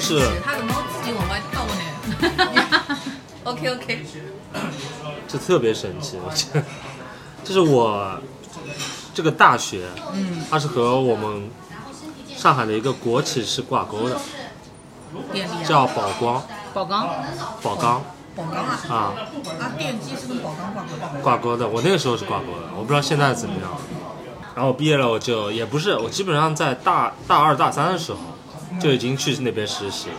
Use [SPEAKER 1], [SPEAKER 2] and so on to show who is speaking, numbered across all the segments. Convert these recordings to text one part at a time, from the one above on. [SPEAKER 1] 是
[SPEAKER 2] 他的猫自己往外跳呢。OK OK，
[SPEAKER 1] 这特别神奇，我觉得，这是我这个大学，
[SPEAKER 2] 嗯，
[SPEAKER 1] 它是和我们上海的一个国企是挂钩的，
[SPEAKER 2] 电力啊，
[SPEAKER 1] 叫宝光，
[SPEAKER 2] 宝钢，
[SPEAKER 1] 宝钢
[SPEAKER 2] 宝钢啊，
[SPEAKER 1] 啊，
[SPEAKER 2] 啊，电机是跟宝钢挂钩的。
[SPEAKER 1] 挂钩的。我那个时候是挂钩的，我不知道现在怎么样。然后我毕业了，我就也不是，我基本上在大大二大三的时候就已经去那边实习了。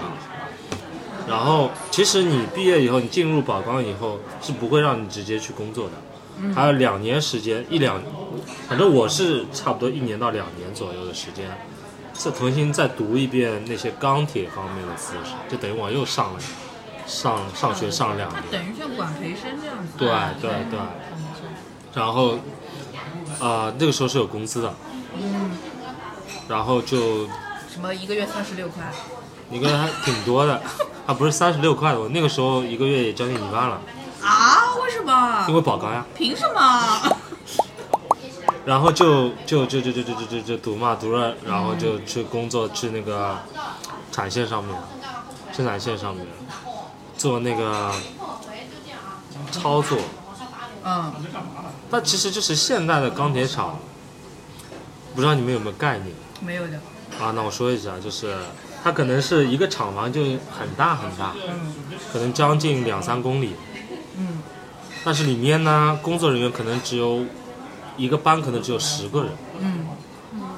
[SPEAKER 1] 然后，其实你毕业以后，你进入宝钢以后是不会让你直接去工作的，还有两年时间，一两，反正我是差不多一年到两年左右的时间，再重新再读一遍那些钢铁方面的知识，就等于我又上了上上学上了两
[SPEAKER 2] 他
[SPEAKER 1] 年。
[SPEAKER 2] 等于像管培生这样子。啊
[SPEAKER 1] 对对对，然后，啊、那个时候是有工资的，然后就
[SPEAKER 2] 什么一个月三十六块，
[SPEAKER 1] 一个人还挺多的，啊，不是三十六块的，我那个时候一个月也将近一万了，
[SPEAKER 2] 啊？为什
[SPEAKER 1] 因
[SPEAKER 2] 么？
[SPEAKER 1] 为保高呀，
[SPEAKER 2] 凭什么？
[SPEAKER 1] 然后就就就就就就就就就读嘛，读了，然后就去工作，去那个产线上面，生产线上面做那个操作，
[SPEAKER 2] 嗯，
[SPEAKER 1] 那其实就是现代的钢铁厂，不知道你们有没有概念？
[SPEAKER 2] 没有的。
[SPEAKER 1] 啊，那我说一下，就是它可能是一个厂房就很大很大，可能将近两三公里，
[SPEAKER 2] 嗯，
[SPEAKER 1] 但是里面呢，工作人员可能只有一个班，可能只有十个人，
[SPEAKER 2] 嗯，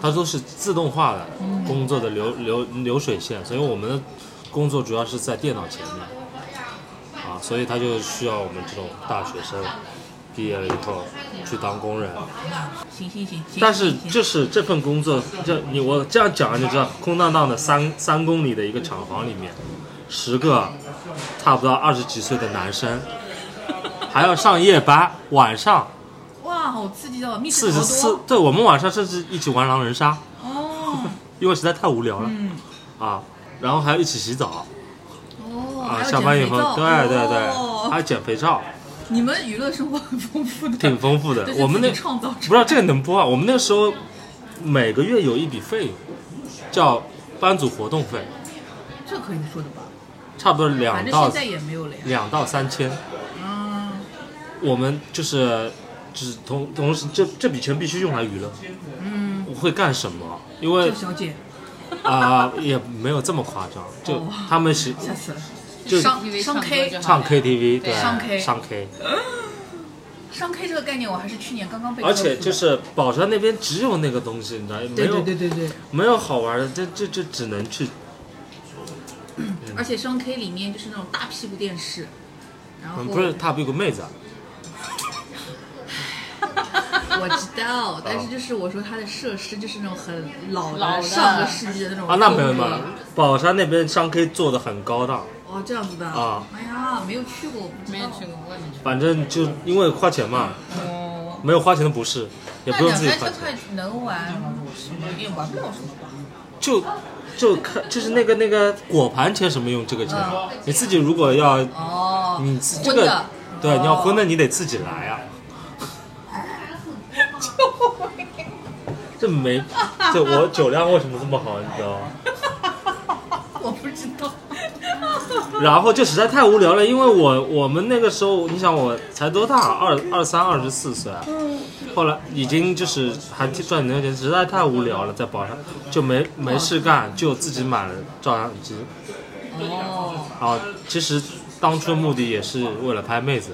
[SPEAKER 1] 它都是自动化的工作的流流流水线，所以我们的工作主要是在电脑前面，啊，所以它就需要我们这种大学生毕业了以后去当工人，
[SPEAKER 2] 行行行行。
[SPEAKER 1] 但是
[SPEAKER 2] 行行
[SPEAKER 1] 就是这份工作，这你我这样讲就知道，空荡荡的三三公里的一个厂房里面，十个差不多二十几岁的男生，还要上夜班，晚上
[SPEAKER 2] 哇，好刺激哦！密室
[SPEAKER 1] 四
[SPEAKER 2] 逃
[SPEAKER 1] 十
[SPEAKER 2] 脱
[SPEAKER 1] 四，对我们晚上甚至一起玩狼人杀，
[SPEAKER 2] 哦，
[SPEAKER 1] 因为实在太无聊了
[SPEAKER 2] 嗯，
[SPEAKER 1] 啊，然后还要一起洗澡
[SPEAKER 2] 哦，还
[SPEAKER 1] 啊，
[SPEAKER 2] 有
[SPEAKER 1] 下班以
[SPEAKER 2] 减肥
[SPEAKER 1] 后
[SPEAKER 2] 皂，
[SPEAKER 1] 对对对，还
[SPEAKER 2] 哦
[SPEAKER 1] 有减肥皂，
[SPEAKER 2] 你们娱乐生活很丰富的，
[SPEAKER 1] 挺丰富的
[SPEAKER 2] 都。是
[SPEAKER 1] 我们
[SPEAKER 2] 自
[SPEAKER 1] 那
[SPEAKER 2] 己创造出来的
[SPEAKER 1] 不知道这个能播啊？我们那个时候每个月有一笔费用，叫班组活动费。
[SPEAKER 2] 这可以说的吧？
[SPEAKER 1] 差不多
[SPEAKER 2] 反
[SPEAKER 1] 两
[SPEAKER 2] 正
[SPEAKER 1] 到
[SPEAKER 2] 现在也没有了呀。
[SPEAKER 1] 两到三千，
[SPEAKER 2] 嗯
[SPEAKER 1] 我们就是就是同同时这这笔钱必须用来娱乐。
[SPEAKER 2] 嗯，
[SPEAKER 1] 我会干什么？因为
[SPEAKER 2] 这小姐，
[SPEAKER 1] 啊、也没有这么夸张，就
[SPEAKER 2] 哦
[SPEAKER 1] 他们是
[SPEAKER 2] 吓死了。
[SPEAKER 1] 就
[SPEAKER 2] 上
[SPEAKER 3] KTV
[SPEAKER 2] 上
[SPEAKER 3] 唱歌
[SPEAKER 2] K
[SPEAKER 3] 就好
[SPEAKER 1] 唱 KTV 对
[SPEAKER 2] 上 K
[SPEAKER 1] 上 K，
[SPEAKER 2] 上 K 这个概念，我还是去年刚刚被
[SPEAKER 1] 而
[SPEAKER 2] 科普
[SPEAKER 1] 且
[SPEAKER 2] 的
[SPEAKER 1] 就是宝山那边只有那个东西，你知道没
[SPEAKER 2] 对对
[SPEAKER 1] 有
[SPEAKER 2] 对对啊对，
[SPEAKER 1] 没有好玩的，这这这只能去嗯
[SPEAKER 2] 而且上 K 里面就是那种大屁股电视，然后
[SPEAKER 1] 嗯不是踏屁股妹子啊，
[SPEAKER 2] 我知 道，但是
[SPEAKER 1] 哦
[SPEAKER 2] 就是我说它的设施就是那种很老的
[SPEAKER 3] 老的
[SPEAKER 2] 上个世纪的那种
[SPEAKER 1] 啊那没有没
[SPEAKER 2] 风
[SPEAKER 1] 有
[SPEAKER 2] 格，
[SPEAKER 1] 宝山那边上 K 做的很高档，
[SPEAKER 2] 哦这样子的
[SPEAKER 1] 啊，
[SPEAKER 2] 哎呀没有去过，我不知道
[SPEAKER 3] 没有去过，我也没去过。
[SPEAKER 1] 反正就因为花钱嘛，
[SPEAKER 2] 哦，
[SPEAKER 1] 没有花钱的不是，也
[SPEAKER 2] 那
[SPEAKER 1] 不用
[SPEAKER 2] 两
[SPEAKER 1] 自己
[SPEAKER 2] 三
[SPEAKER 1] 花
[SPEAKER 2] 千
[SPEAKER 1] 钱
[SPEAKER 2] 块，能玩什么？也玩不了什么吧？
[SPEAKER 1] 就就看就是那个那个果盘钱什么用这个钱，你自己如果要
[SPEAKER 2] 嗯哦，
[SPEAKER 1] 你自这
[SPEAKER 2] 荤
[SPEAKER 1] 个
[SPEAKER 2] 的，哦
[SPEAKER 1] 对你要荤
[SPEAKER 2] 的，
[SPEAKER 1] 的你得自己来 啊，这没这我酒量为什么这么好，你知道吗？
[SPEAKER 2] 我不知道。
[SPEAKER 1] 然后就实在太无聊了，因为我我们那个时候，你想我才多大，二二三二十四岁，啊后来已经就是还挺赚零用钱，实在太无聊了，在宝山就没没事干，就自己买了照相机。
[SPEAKER 2] 哦，
[SPEAKER 1] 啊，其实当初目的也是为了拍妹子，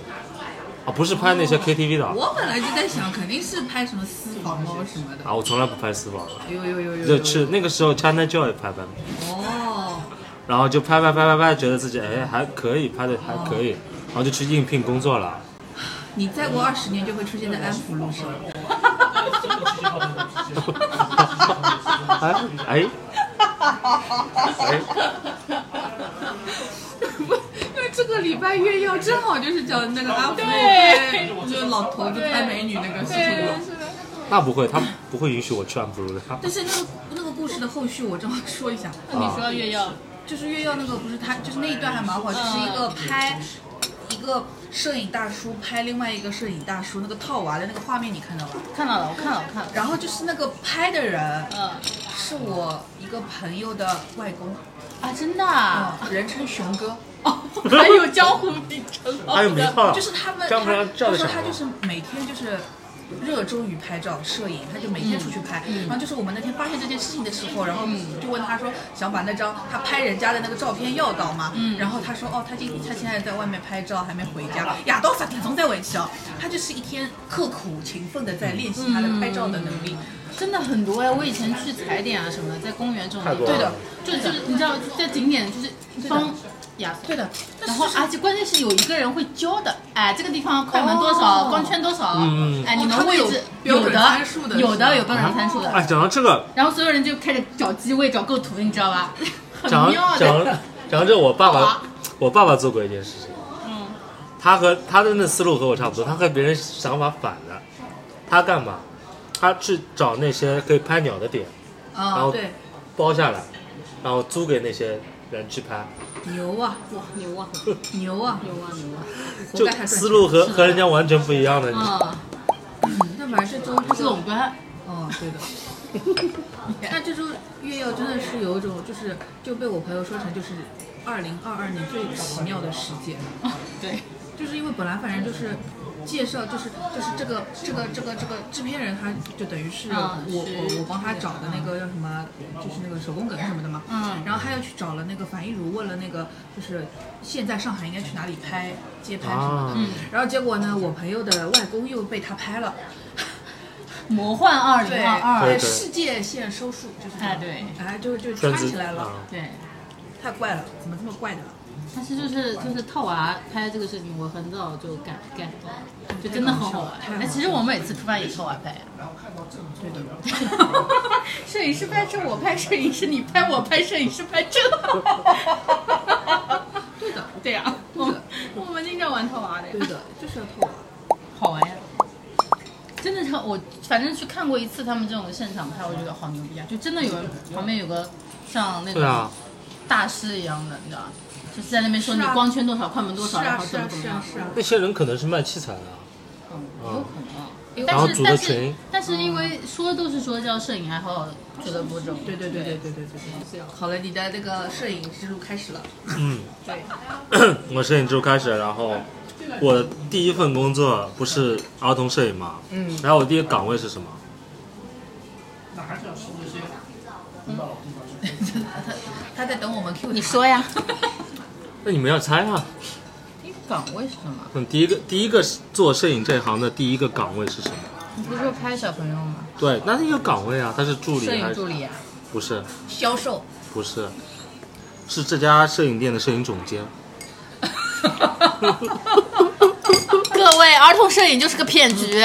[SPEAKER 1] 啊，不是拍那些 KTV 的啊，
[SPEAKER 2] 我本来就在想，肯定是拍什么私房猫什么的。
[SPEAKER 1] 我从来不拍私房的，
[SPEAKER 2] 有有有有
[SPEAKER 1] 就
[SPEAKER 2] 有。
[SPEAKER 1] 去那个时候 China Joy 拍拍，
[SPEAKER 2] 哦，
[SPEAKER 1] 然后就拍拍拍拍拍，觉得自己哎还可以，拍的还可以，然后就去应聘工作了。
[SPEAKER 2] 你再过二十年就会出现在安福路上。
[SPEAKER 1] 哎哎，哎
[SPEAKER 2] 不， 因为这个礼拜月曜正好就是讲那个阿福，
[SPEAKER 3] 对
[SPEAKER 2] 就是老头子拍美女那个事情。
[SPEAKER 3] 是的，
[SPEAKER 1] 那不会，他不会允许我去安福路的。
[SPEAKER 2] 但是那个那个故事的后续，我正好说一下，
[SPEAKER 3] 那你说到越要，
[SPEAKER 2] 就是月曜那个不是他，就是那一段还蛮好，就是一个拍一个摄影大叔拍另外一个摄影大叔那个套娃的那个画面，你看到吧？
[SPEAKER 3] 看到了，我看了，我看了。
[SPEAKER 2] 然后就是那个拍的人
[SPEAKER 3] 嗯，
[SPEAKER 2] 是我一个朋友的外公，
[SPEAKER 3] 啊，真的啊，
[SPEAKER 2] 嗯人称熊哥，
[SPEAKER 3] 哦， 还有江湖名称，
[SPEAKER 1] 还有没放，
[SPEAKER 2] 就是他们，
[SPEAKER 1] 张
[SPEAKER 2] 他
[SPEAKER 1] 不上照
[SPEAKER 2] 他
[SPEAKER 1] 的
[SPEAKER 2] 说
[SPEAKER 1] 什
[SPEAKER 2] 他
[SPEAKER 1] 么
[SPEAKER 2] 就是每天就是。热衷于拍照、摄影，他就每天出去拍。
[SPEAKER 3] 嗯嗯
[SPEAKER 2] 然后就是我们那天发现这件事情的时候，然后就问他说想把那张他拍人家的那个照片要到吗？
[SPEAKER 3] 嗯
[SPEAKER 2] 然后他说哦，他今他现在在外面拍照，还没回家。
[SPEAKER 1] 嗯
[SPEAKER 2] 亚当啥点钟在回去哦？他就是一天刻苦勤奋的在练习他的拍照的能力。
[SPEAKER 3] 真的很多哎！我以前去踩点啊什么的，在公园这种
[SPEAKER 1] 太
[SPEAKER 3] 地
[SPEAKER 1] 多
[SPEAKER 3] 方，
[SPEAKER 1] 了
[SPEAKER 2] 对的，
[SPEAKER 3] 就就是你知道，在景点就是方呀，
[SPEAKER 2] 对的。但
[SPEAKER 3] 然
[SPEAKER 2] 是
[SPEAKER 3] 后
[SPEAKER 2] 就是
[SPEAKER 3] 而且关键是有一个人会教的，哎，这个地方快门多少，
[SPEAKER 2] 哦
[SPEAKER 3] 光圈多少
[SPEAKER 1] 嗯，
[SPEAKER 3] 哎，你
[SPEAKER 2] 哦他们
[SPEAKER 3] 们位
[SPEAKER 2] 有
[SPEAKER 3] 置
[SPEAKER 2] 标
[SPEAKER 3] 有
[SPEAKER 2] 准
[SPEAKER 3] 的
[SPEAKER 2] 参数的
[SPEAKER 3] 有
[SPEAKER 2] 是吧
[SPEAKER 3] 的有标准参数
[SPEAKER 1] 哎，
[SPEAKER 3] 的，
[SPEAKER 1] 讲到这个，
[SPEAKER 3] 然后所有人就开始找机位、找构图，你知道吧？很
[SPEAKER 1] 讲
[SPEAKER 3] 妙
[SPEAKER 1] 讲
[SPEAKER 3] 的，
[SPEAKER 1] 讲到这，我爸
[SPEAKER 3] 好啊
[SPEAKER 1] 爸，我爸爸做过一件事情，
[SPEAKER 3] 嗯，
[SPEAKER 1] 他和他的那思路和我差不多，他和别人想法反的。他干嘛？他去找那些可以拍鸟的点，嗯然
[SPEAKER 2] 啊，
[SPEAKER 1] 后
[SPEAKER 2] 对，
[SPEAKER 1] 包下来，然后租给那些人去拍，
[SPEAKER 2] 牛啊，
[SPEAKER 3] 哇，牛啊，
[SPEAKER 2] 牛啊，
[SPEAKER 3] 牛啊，牛
[SPEAKER 2] 活
[SPEAKER 1] 就
[SPEAKER 2] 该还赚
[SPEAKER 1] 思
[SPEAKER 2] 钱
[SPEAKER 1] 路和
[SPEAKER 3] 是的
[SPEAKER 1] 和人家完全不一样的。你
[SPEAKER 3] 啊！啊，
[SPEAKER 2] 嗯那反正这周
[SPEAKER 3] 不
[SPEAKER 2] 这
[SPEAKER 3] 是
[SPEAKER 2] 个
[SPEAKER 3] 垄断，
[SPEAKER 2] 哦，对的。那这周月曜真的是有一种，就是就被我朋友说成就是二零二二年最奇妙的事件，
[SPEAKER 3] 对，
[SPEAKER 2] 就是因为本来反正就是介绍，就是就是这个这个这个这个制片人，他就等于是我
[SPEAKER 3] 啊是
[SPEAKER 2] 我我帮他找的那个叫什么，就是那个手工梗什么的嘛。
[SPEAKER 3] 嗯
[SPEAKER 2] 然后他又去找了那个樊亦茹，问了那个就是现在上海应该去哪里拍街拍什么的。
[SPEAKER 1] 啊，
[SPEAKER 3] 嗯，
[SPEAKER 2] 然后结果呢，我朋友的外公又被他拍了。
[SPEAKER 3] 魔幻二
[SPEAKER 2] 对
[SPEAKER 3] 零二二，
[SPEAKER 2] 哎世界线收束就是这样
[SPEAKER 3] 哎对
[SPEAKER 2] 哎，就就
[SPEAKER 1] 圈
[SPEAKER 2] 穿
[SPEAKER 1] 子
[SPEAKER 2] 起来了，
[SPEAKER 1] 啊
[SPEAKER 3] 对。
[SPEAKER 2] 太怪了，怎么这么怪的了？
[SPEAKER 3] 但是就是就是套娃拍这个事情，我很早就 get get 到了，就真的很好玩
[SPEAKER 2] 太好笑了。
[SPEAKER 3] 哎，其实我每次出发也套娃拍呀。
[SPEAKER 2] 对的，
[SPEAKER 3] 摄影师拍这，我拍摄影师，你拍我拍摄影师拍这。
[SPEAKER 2] 对的，
[SPEAKER 3] 对呀、我们我们经常玩套娃的
[SPEAKER 2] 对
[SPEAKER 3] 呀，
[SPEAKER 2] 的，就是要透啊。
[SPEAKER 3] 好玩呀。真的是我，反正去看过一次他们这种现场拍，我觉得好牛逼啊！就真的有人旁边有个像
[SPEAKER 2] 嗯
[SPEAKER 3] 那
[SPEAKER 1] 对啊
[SPEAKER 3] 种，大师一样的，你知道吧？就是在那边说
[SPEAKER 2] 是
[SPEAKER 3] 你
[SPEAKER 2] 啊
[SPEAKER 3] 光圈多少，快门多
[SPEAKER 2] 是
[SPEAKER 3] 少，然
[SPEAKER 2] 啊
[SPEAKER 3] 后
[SPEAKER 2] 是
[SPEAKER 3] 怎么
[SPEAKER 2] 啊
[SPEAKER 3] 怎么
[SPEAKER 2] 是
[SPEAKER 3] 样
[SPEAKER 2] 啊。是啊，
[SPEAKER 1] 那些人可能是卖器材的啊，
[SPEAKER 3] 嗯，
[SPEAKER 1] 嗯
[SPEAKER 3] 有可能啊。
[SPEAKER 1] 然后
[SPEAKER 3] 但是
[SPEAKER 1] 组个
[SPEAKER 3] 但是
[SPEAKER 1] 群
[SPEAKER 3] 但是因为说都是说叫摄影爱好俱乐部这种，
[SPEAKER 2] 对对对对对对对对。好了，你的那个摄影之路开始了。
[SPEAKER 1] 嗯。
[SPEAKER 3] 对，
[SPEAKER 1] 我摄影之后开始，然后我的第一份工作不是儿童摄影嘛，
[SPEAKER 2] 嗯
[SPEAKER 1] 然后我第一个岗位是什么？
[SPEAKER 2] 他在等我们 Q
[SPEAKER 3] 你说呀，
[SPEAKER 1] 那你们要猜啊。
[SPEAKER 3] 你岗位是什么？
[SPEAKER 1] 嗯，第一个第一个做摄影这行的第一个岗位是什么？
[SPEAKER 3] 你不是说拍小朋友吗？
[SPEAKER 1] 对，那是一个岗位啊，他是助理
[SPEAKER 3] 摄
[SPEAKER 1] 还
[SPEAKER 3] 影
[SPEAKER 1] 是
[SPEAKER 3] 助？理啊？
[SPEAKER 1] 不是，
[SPEAKER 2] 销售，
[SPEAKER 1] 不是，是这家摄影店的摄影总监。
[SPEAKER 3] 各位，儿童摄影就是个骗 局。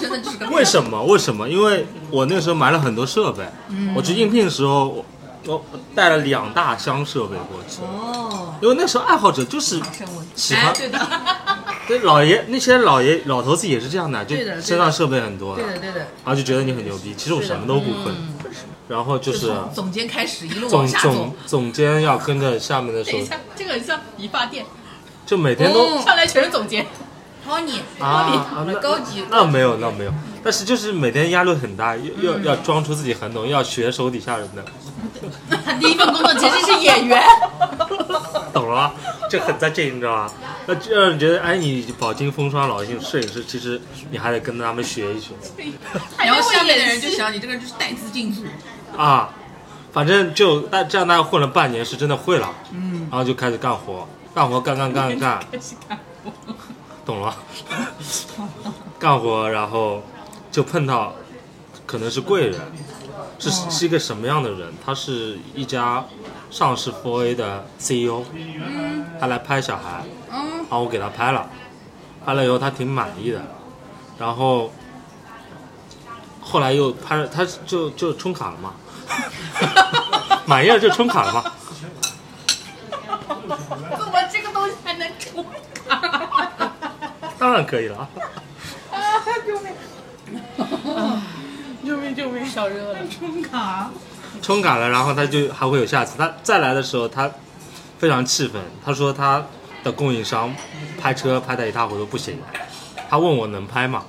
[SPEAKER 2] 真的就是个
[SPEAKER 1] 为什么？为什么？因为我那时候买了很多设备，
[SPEAKER 3] 嗯
[SPEAKER 1] 我去应聘的时候，我我带了两大箱设备过去，
[SPEAKER 2] 哦，
[SPEAKER 1] 因为那时候爱好者就是
[SPEAKER 3] 哦
[SPEAKER 1] 喜欢
[SPEAKER 2] 哎，对的，
[SPEAKER 1] 对老爷那些老爷老头子也是这样的，就
[SPEAKER 2] 对的对的
[SPEAKER 1] 身上设备很多的，
[SPEAKER 2] 对的嗯对的，
[SPEAKER 1] 然后就觉得你很牛逼。其实我什么都不会，然后就是啊
[SPEAKER 2] 从总监开始一路
[SPEAKER 1] 总
[SPEAKER 2] 往下走
[SPEAKER 1] 总。总监要跟着下面的手
[SPEAKER 2] 哎
[SPEAKER 3] 等一，下，这个很像理发店，
[SPEAKER 1] 就每天都、
[SPEAKER 2] 嗯
[SPEAKER 3] 上来全是总监。
[SPEAKER 2] Tony，
[SPEAKER 1] 啊，那
[SPEAKER 2] 高级
[SPEAKER 1] 那没有那没有，但是就是每天压力很大，要
[SPEAKER 2] 嗯
[SPEAKER 1] 要要装出自己很懂，要学手底下人的，
[SPEAKER 3] 他第一份工作其实是 演员。
[SPEAKER 1] 懂了吧？这很在这，你知道吧？那这让人觉得，哎，你饱经风霜，老经摄影师，其实你还得跟他们学一学
[SPEAKER 2] 然后下面的人就想你这个人就是带资进 组，
[SPEAKER 1] 啊。反正就大这样，大概混了半年，是真的会了，嗯，然后就开始干活，干活干干干干，
[SPEAKER 3] 开始干活。
[SPEAKER 1] 懂了，干活，然后就碰到可能是贵人，是
[SPEAKER 3] 哦
[SPEAKER 1] 是一个什么样的人？他是一家上市 4A 的 CEO，他
[SPEAKER 3] 嗯
[SPEAKER 1] 来拍小孩，
[SPEAKER 3] 哦
[SPEAKER 2] 嗯，
[SPEAKER 1] 然后我给他拍了，拍了以后他挺满意的，然后后来又拍了，他就就充卡了嘛， 满意了就充卡了嘛，
[SPEAKER 3] 怎
[SPEAKER 1] 啊
[SPEAKER 3] 么这个东西
[SPEAKER 2] 哎
[SPEAKER 3] 还能重卡？
[SPEAKER 1] 当然可以了啊。
[SPEAKER 3] 啊！救命！救命！救命！烧热了。
[SPEAKER 2] 充卡，
[SPEAKER 1] 冲卡了，然后他就还会有下次。他再来的时候，他非常气愤，他说他的供应商拍车拍得一塌糊涂，不行。他问我能拍吗？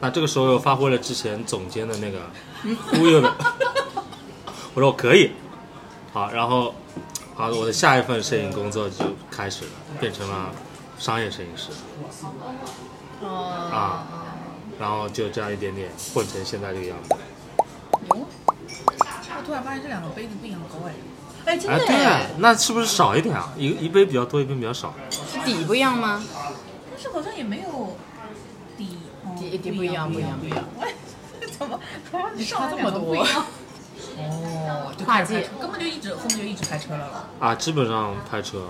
[SPEAKER 1] 那这个时候又发挥了之前总监的那个 忽悠的，我说我可以。好，然后好，我的下一份摄影工作就开始了，变成了商业摄影师，
[SPEAKER 3] 哦
[SPEAKER 1] 啊，然后就这样一点点混成现在这个样子。
[SPEAKER 3] 牛，
[SPEAKER 2] 我突然发现这两个杯子不一样高哎，
[SPEAKER 3] 哎，真
[SPEAKER 1] 哎，
[SPEAKER 3] 的
[SPEAKER 1] 对啊
[SPEAKER 3] 耶，，
[SPEAKER 1] 那是不是少一点啊？一一杯比较多，一杯比较少。
[SPEAKER 4] 是底不一样吗？
[SPEAKER 2] 但是好像也没有底，哦
[SPEAKER 4] 底底
[SPEAKER 2] 不
[SPEAKER 4] 不一样，不一样，不一样。
[SPEAKER 2] 我也 怎么突然上来
[SPEAKER 3] 差这
[SPEAKER 2] 两
[SPEAKER 3] 么
[SPEAKER 2] 个
[SPEAKER 3] 多
[SPEAKER 2] 不一样？
[SPEAKER 4] 哦，跨界，
[SPEAKER 2] 根本就一直后面就一直开车了。
[SPEAKER 1] 啊，基本上拍车，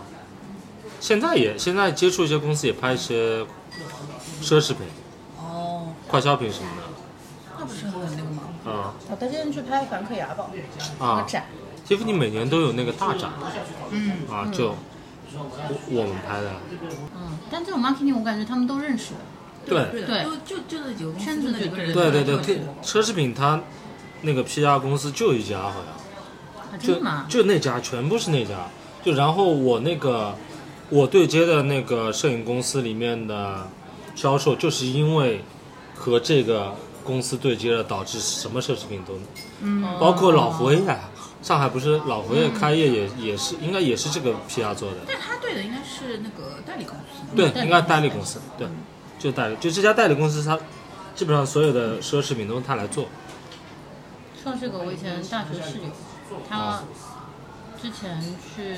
[SPEAKER 1] 现在也现在接触一些公司也拍一些奢侈品、
[SPEAKER 2] 哦，
[SPEAKER 1] 快消品什么的。
[SPEAKER 2] 那不是很那个吗？
[SPEAKER 1] 啊
[SPEAKER 2] 哦
[SPEAKER 3] 我带今天去拍梵克雅宝
[SPEAKER 1] 啊
[SPEAKER 3] 展，
[SPEAKER 1] ，Tiffany 每年都有那个大展
[SPEAKER 2] 嗯，
[SPEAKER 1] 啊，就我我们拍的，
[SPEAKER 3] 嗯，但这种 marketing 我感觉他们都认识的，
[SPEAKER 1] 对
[SPEAKER 2] 的
[SPEAKER 3] 对
[SPEAKER 2] 就就就那几个公司
[SPEAKER 3] 圈子
[SPEAKER 2] 那几个人，
[SPEAKER 1] 对对对，
[SPEAKER 2] 就
[SPEAKER 1] 这奢侈品它那个 PR 公司就一家好像。
[SPEAKER 3] 啊，真
[SPEAKER 1] 就
[SPEAKER 3] 的吗？
[SPEAKER 1] 就那家，全部是那家。就然后我那个我对接的那个摄影公司里面的销售，就是因为和这个公司对接了，导致什么奢侈品都，
[SPEAKER 3] 嗯
[SPEAKER 1] 包括老佛爷，啊上海不是老佛爷开业也、
[SPEAKER 3] 嗯
[SPEAKER 1] 也是应该也是这个 PR 做的，
[SPEAKER 2] 但他对的应该是那个代理公司，
[SPEAKER 1] 对，
[SPEAKER 3] 代理
[SPEAKER 1] 应该代理公司，对，就代理就这家代理公司它。基本上所有的奢侈品都是他来做，
[SPEAKER 3] 说到这个，我以前大学室友，
[SPEAKER 1] 啊
[SPEAKER 3] 他之前去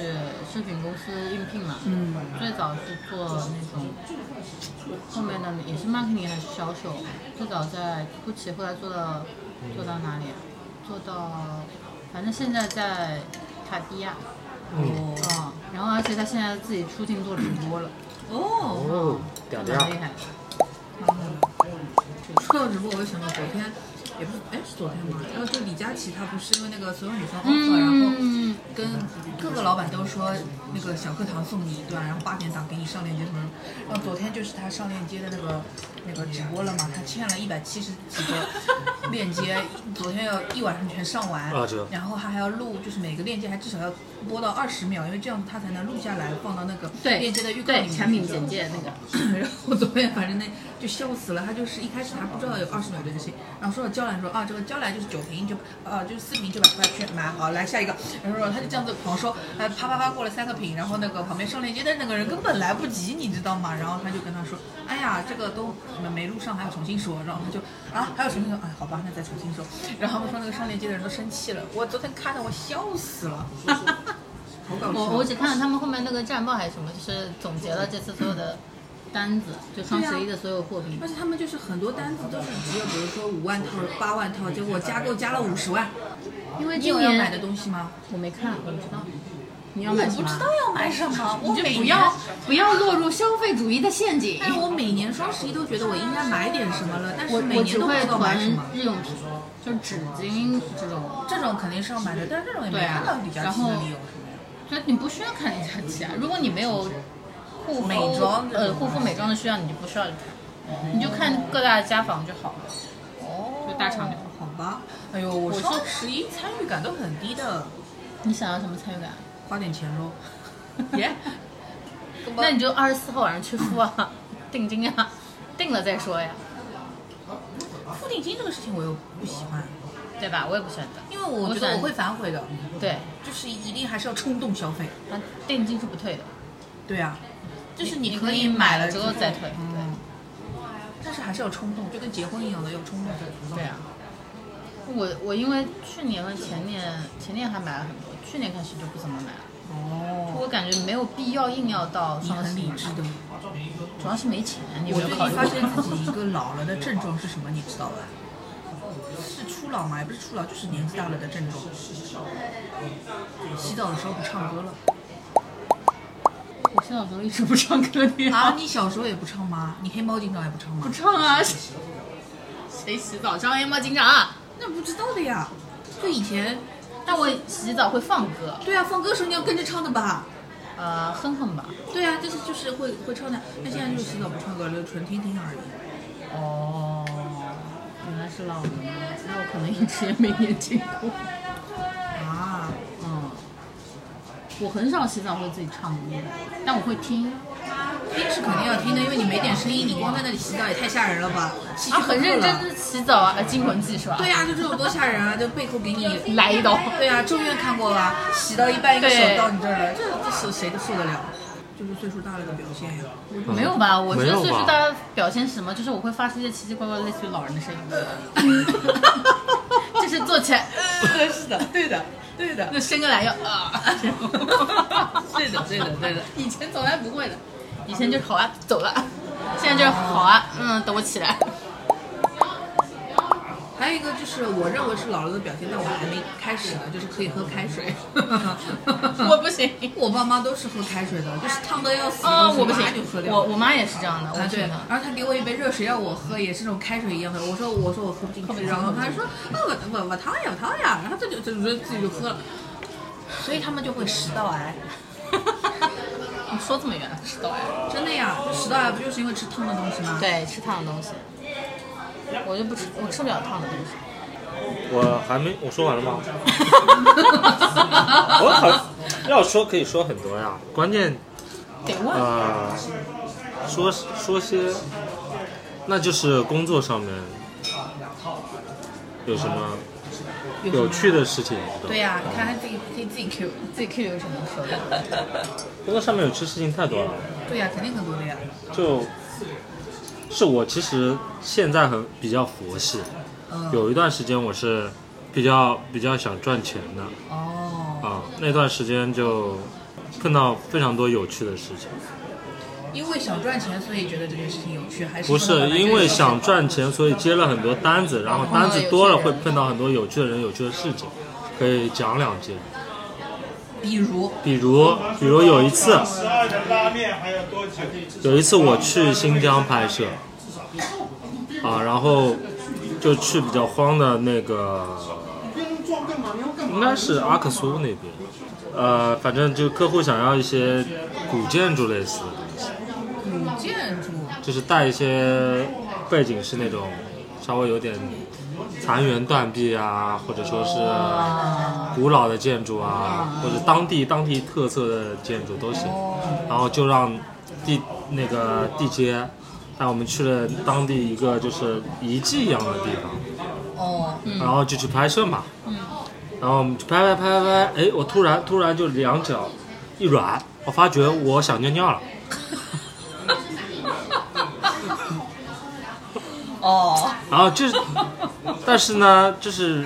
[SPEAKER 3] 食品公司应聘嘛，嗯，最早是做那种后面的也是 marketing 还是销售，最早在不奇，后来做到
[SPEAKER 1] 嗯
[SPEAKER 3] 做到哪里啊？做到反正现在在卡地亚，
[SPEAKER 1] 嗯，
[SPEAKER 3] 嗯，然后而且他现在自己出镜做直播了，
[SPEAKER 2] 哦，
[SPEAKER 1] 哦，屌屌
[SPEAKER 3] 蛮厉害的。
[SPEAKER 2] 说到直播，我就想到昨天，也不是，哎，是昨天吗？然后就李佳琦，她不是因为那个所有女生 offer，、然后
[SPEAKER 3] 嗯，
[SPEAKER 2] 跟各个老板都说那个小课堂送你一段，然后八点档给你上链接什么什么。然后昨天就是她上链接的那个那个直播了嘛，她欠了一百七十几个链接，昨天要一晚上全上完。
[SPEAKER 1] 啊这个
[SPEAKER 2] 然后她还要录，就是每个链接还至少要播到二十秒，因为这样她才能录下来放到那个
[SPEAKER 3] 对，
[SPEAKER 2] 链接的预告里
[SPEAKER 3] 对
[SPEAKER 2] 面。
[SPEAKER 3] 产品简介那个，
[SPEAKER 2] 然后昨天反正那就笑死了，他就是一开始还不知道有二十秒这个事情，然后说到娇兰说啊这个娇兰就是九瓶就呃就是四瓶九百块去买好来下一个，然后他就这样子狂说，哎啪啪啪过了三个瓶，然后那个旁边上链接的那个人根本来不及你知道吗？然后他就跟他说，哎呀这个都没没录上还要重新说，然后他就啊还要重新说，哎好吧那再重新说，然后他们说那个上链接的人都生气了，我昨天看的我笑死 了，好搞笑，啊
[SPEAKER 3] 我我只看了他们后面那个战报还是什么，就是总结了这次所有的单子，就双
[SPEAKER 2] 啊
[SPEAKER 3] 十一的所有货品
[SPEAKER 2] 而。且他们就是很多单子都是只有，比如说五万套、八万套，结果加购加了五十万。
[SPEAKER 3] 因为
[SPEAKER 2] 你
[SPEAKER 3] 今
[SPEAKER 2] 有要买的
[SPEAKER 3] 年
[SPEAKER 2] 东西吗？
[SPEAKER 3] 我没看，我不知道。你要
[SPEAKER 2] 我
[SPEAKER 3] 买什
[SPEAKER 2] 不
[SPEAKER 3] 么
[SPEAKER 2] 知
[SPEAKER 3] 啊？
[SPEAKER 2] 道要买什么，我
[SPEAKER 3] 你就
[SPEAKER 2] 每
[SPEAKER 3] 不
[SPEAKER 2] 年
[SPEAKER 3] 要。不要落入消费主义的陷阱。
[SPEAKER 2] 但我每年双十一都觉得我应该买点什么了，但
[SPEAKER 3] 我
[SPEAKER 2] 是每
[SPEAKER 3] 我
[SPEAKER 2] 年
[SPEAKER 3] 只
[SPEAKER 2] 都不
[SPEAKER 3] 会
[SPEAKER 2] 知道买什
[SPEAKER 3] 囤
[SPEAKER 2] 么。
[SPEAKER 3] 日用品，就是纸巾这种。
[SPEAKER 2] 这种肯定是要买的，但是这种也没
[SPEAKER 3] 对啊
[SPEAKER 2] 看到李佳琦那里有。
[SPEAKER 3] 所以你不需要看人家家，如果你没有护肤
[SPEAKER 2] 美妆这种
[SPEAKER 3] 呃护肤美妆的需要，你就不需要去看，你就看各大家纺就好了。
[SPEAKER 2] 哦
[SPEAKER 3] 就大厂就
[SPEAKER 2] 好吧。哎呦，我
[SPEAKER 3] 我是
[SPEAKER 2] 双十一参与感都很低的，
[SPEAKER 3] 你想要什么参与感？
[SPEAKER 2] 花点钱 喽。耶，
[SPEAKER 3] 那你就二十四号晚上去付啊， 定金啊，定了再说呀，
[SPEAKER 2] 付定金这个事情我又不喜欢，
[SPEAKER 3] 对吧？我也不喜欢的，
[SPEAKER 2] 因为我
[SPEAKER 3] 我
[SPEAKER 2] 觉
[SPEAKER 3] 反
[SPEAKER 2] 得我会反悔的，
[SPEAKER 3] 对，
[SPEAKER 2] 就是一定还是要冲动消费。
[SPEAKER 3] 那定金是不退的，
[SPEAKER 2] 对啊，就是
[SPEAKER 3] 你
[SPEAKER 2] 可
[SPEAKER 3] 可
[SPEAKER 2] 以
[SPEAKER 3] 以
[SPEAKER 2] 买
[SPEAKER 3] 买
[SPEAKER 2] 了
[SPEAKER 3] 了之后再退，
[SPEAKER 2] 嗯，但是还是要冲动，就跟结婚一样的要冲动。
[SPEAKER 3] 对，对啊。
[SPEAKER 2] 嗯
[SPEAKER 3] 我我因为去年和前年前年还买了很多，去年开始就不怎么买了，
[SPEAKER 2] 哦，
[SPEAKER 3] 我感觉没有必要硬要到
[SPEAKER 2] 你
[SPEAKER 3] 双
[SPEAKER 2] 很
[SPEAKER 3] 十一
[SPEAKER 2] 理
[SPEAKER 3] 买，
[SPEAKER 2] 智的。
[SPEAKER 3] 主要是没钱，你有
[SPEAKER 2] 我
[SPEAKER 3] 没
[SPEAKER 2] 最近
[SPEAKER 3] 有考虑
[SPEAKER 2] 发现
[SPEAKER 3] 过？
[SPEAKER 2] 自己一个老了的症状是什么，你知道吧？是初老吗？也不是初老，就是年纪大了的症状。洗澡的时候不唱歌了
[SPEAKER 3] 我洗澡的时候一直不唱歌的呀
[SPEAKER 2] 啊？你小时候也不唱吗？你黑猫警长也不唱吗
[SPEAKER 3] 不？唱啊，谁洗澡唱黑猫警长啊？
[SPEAKER 2] 那不知道的呀。就以前，
[SPEAKER 3] 但我洗澡会放歌，
[SPEAKER 2] 对啊，放歌的时候你要跟着唱的吧？
[SPEAKER 3] 呃，哼哼吧。
[SPEAKER 2] 对啊，就是就是会会唱的。那现在就是洗澡不唱歌了，就纯听听而已。
[SPEAKER 3] 哦，原来是老人啊，那我可能一直也没年轻过。
[SPEAKER 2] 啊，
[SPEAKER 3] 嗯，我很少洗澡会自己唱歌，但我会听。
[SPEAKER 2] 听是肯定要听的，因为你没点声音，你光在那里洗澡也太吓人了吧？戏剧
[SPEAKER 3] 啊，很认
[SPEAKER 2] 顾客了
[SPEAKER 3] 真。的洗澡啊，惊魂记是吧？
[SPEAKER 2] 对呀、就这种多吓人啊！就背后给你
[SPEAKER 3] 来一刀。
[SPEAKER 2] 对啊，咒怨看过吧？洗到一半一个手
[SPEAKER 3] 对
[SPEAKER 2] 到你这儿来，这这是谁都受得了？就是岁数大了的表现呀、
[SPEAKER 1] 嗯
[SPEAKER 3] 没有吧？我觉
[SPEAKER 1] 没
[SPEAKER 3] 得
[SPEAKER 1] 有
[SPEAKER 3] 岁数
[SPEAKER 1] 吧
[SPEAKER 3] 大家表现是什么，就是我会发出一些奇奇怪怪类似于老人的 声音，就是坐起来，
[SPEAKER 2] 对，是的，对的，对 的，
[SPEAKER 3] 就伸个懒腰啊，这种
[SPEAKER 2] 对的，对的，对的。
[SPEAKER 3] 以前从来不会的，以前就是好啊，走了，现在就是好啊，嗯，等我起来。
[SPEAKER 2] 还有一个就是我认为是老了的表现，但我还没开始呢，就是可以喝开 水。嗯
[SPEAKER 3] 我不行。
[SPEAKER 2] 我爸妈都是喝开水的，就是烫的要死
[SPEAKER 3] 啊、
[SPEAKER 2] 的东西
[SPEAKER 3] 我不行
[SPEAKER 2] 马上就喝，掉
[SPEAKER 3] 我我妈也是这样的，我
[SPEAKER 2] 啊，对
[SPEAKER 3] 觉得。，
[SPEAKER 2] 然后他给我一杯热水让我喝，也是那种开水一样的。我说我说我喝不进去，然后他说啊我我我烫呀我烫呀，然后他就就就自己就喝了，所以他们就会食道 癌，
[SPEAKER 3] 你说这么远，吃到呀？
[SPEAKER 2] 真的呀，就食道癌不就是因为吃烫的东西吗？
[SPEAKER 3] 对，吃烫的东西，我就不吃，我吃不了烫的东 西。
[SPEAKER 1] 我还没我说完了 吗？我好要说可以说很多呀，关键
[SPEAKER 3] 得问。
[SPEAKER 1] 啊、说说些，那就是工作上面有什么有趣的事情？
[SPEAKER 2] 嗯对呀，你看他自己可以自己 Q，
[SPEAKER 3] 自己 Q 有什么说的？
[SPEAKER 1] 工作上面有趣的事情太多了，
[SPEAKER 2] 对呀，肯定很多的呀。
[SPEAKER 1] 就是我其实现在很比较佛系，
[SPEAKER 2] 嗯，
[SPEAKER 1] 有一段时间我是比较比较想赚钱的
[SPEAKER 2] 哦，
[SPEAKER 1] 啊、那段时间就碰到非常多有趣的事情。
[SPEAKER 2] 因为想赚钱，所以觉得这件事情有趣，还是
[SPEAKER 1] 不
[SPEAKER 2] 说
[SPEAKER 1] 是
[SPEAKER 2] 本来就
[SPEAKER 1] 因为
[SPEAKER 2] 有趣
[SPEAKER 1] 想赚钱，所以接了很多单子，然后单子多了会碰到很多有趣的人、有趣的事情，可以讲两句。
[SPEAKER 2] 比如
[SPEAKER 1] 比如，比如有一次，
[SPEAKER 5] 十二的拉面还要多久？
[SPEAKER 1] 有一次我去新疆拍摄，啊，然后就去比较荒的那个，应该是阿克苏那边，呃，反正就客户想要一些古建筑类似的东西。
[SPEAKER 2] 古建筑，
[SPEAKER 1] 就是带一些背景是那种稍微有点残垣断壁啊，或者说是古老的建筑啊，或者当地当地特色的建筑都行。然后就让地那个地接带我们去了当地一个就是遗迹一样的地方，
[SPEAKER 2] 哦，
[SPEAKER 1] 然后就去拍摄嘛。然后我们就拍拍拍拍拍，哎，我突然突然就两脚一软，我发觉我想尿尿了。
[SPEAKER 2] 哦，
[SPEAKER 1] 然后就是，但是呢，就是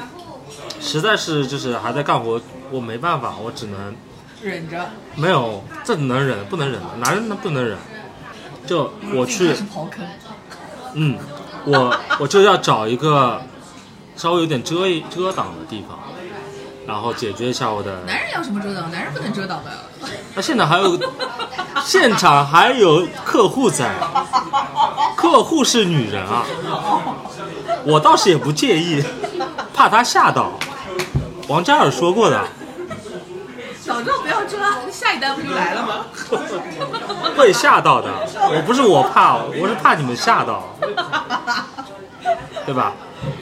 [SPEAKER 1] 实在是就是还在干活，我没办法，我只能
[SPEAKER 2] 忍着，
[SPEAKER 1] 没有，这能忍不能忍？男人他不能忍，就我去
[SPEAKER 2] 开，始刨坑，
[SPEAKER 1] 嗯，我我就要找一个稍微有点遮一遮挡的地方，然后解决一下我的。
[SPEAKER 2] 男人要什么遮挡？男人不能遮挡的。
[SPEAKER 1] 那现场还有，现场还有客户在，客户是女人啊，我倒是也不介意，怕她吓到。王嘉尔说过的，
[SPEAKER 2] 早知道不要抓，下一单不就来了吗？
[SPEAKER 1] 会吓到的。我不是我怕，我是怕你们吓到，对吧？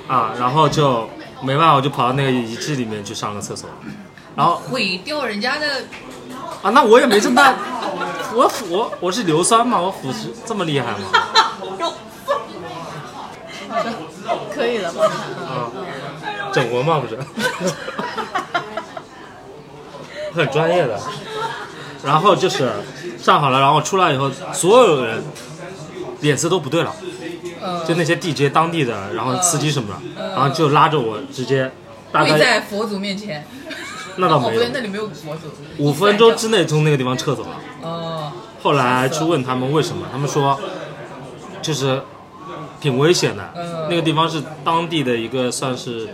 [SPEAKER 1] 啊，然后就没办法，我就跑到那个遗迹里面去上个厕所，然后
[SPEAKER 2] 毁掉人家的，
[SPEAKER 1] 啊，那我也没这么大，我腐我我是硫酸嘛，我腐蚀这么厉害吗？
[SPEAKER 3] 可以了，抱歉啊。
[SPEAKER 1] 啊，整容嘛不是，很专业的。然后就是上好了，然后出来以后，所有人脸色都不对了，
[SPEAKER 2] 呃
[SPEAKER 1] 就那些 DJ 当地的，然后司机什么的，然后就拉着我直接，大
[SPEAKER 2] 跪
[SPEAKER 1] 概
[SPEAKER 2] 在佛祖面前。
[SPEAKER 1] 那倒
[SPEAKER 2] 哦，
[SPEAKER 1] 没
[SPEAKER 2] 不
[SPEAKER 1] 有
[SPEAKER 2] 对，，那里没有佛祖。
[SPEAKER 1] 五分钟之内从那个地方撤走了。
[SPEAKER 2] 哦，
[SPEAKER 1] 后来去问他们为什么，他们说就是挺危险的，
[SPEAKER 2] 嗯
[SPEAKER 1] 那个地方是当地的一个算是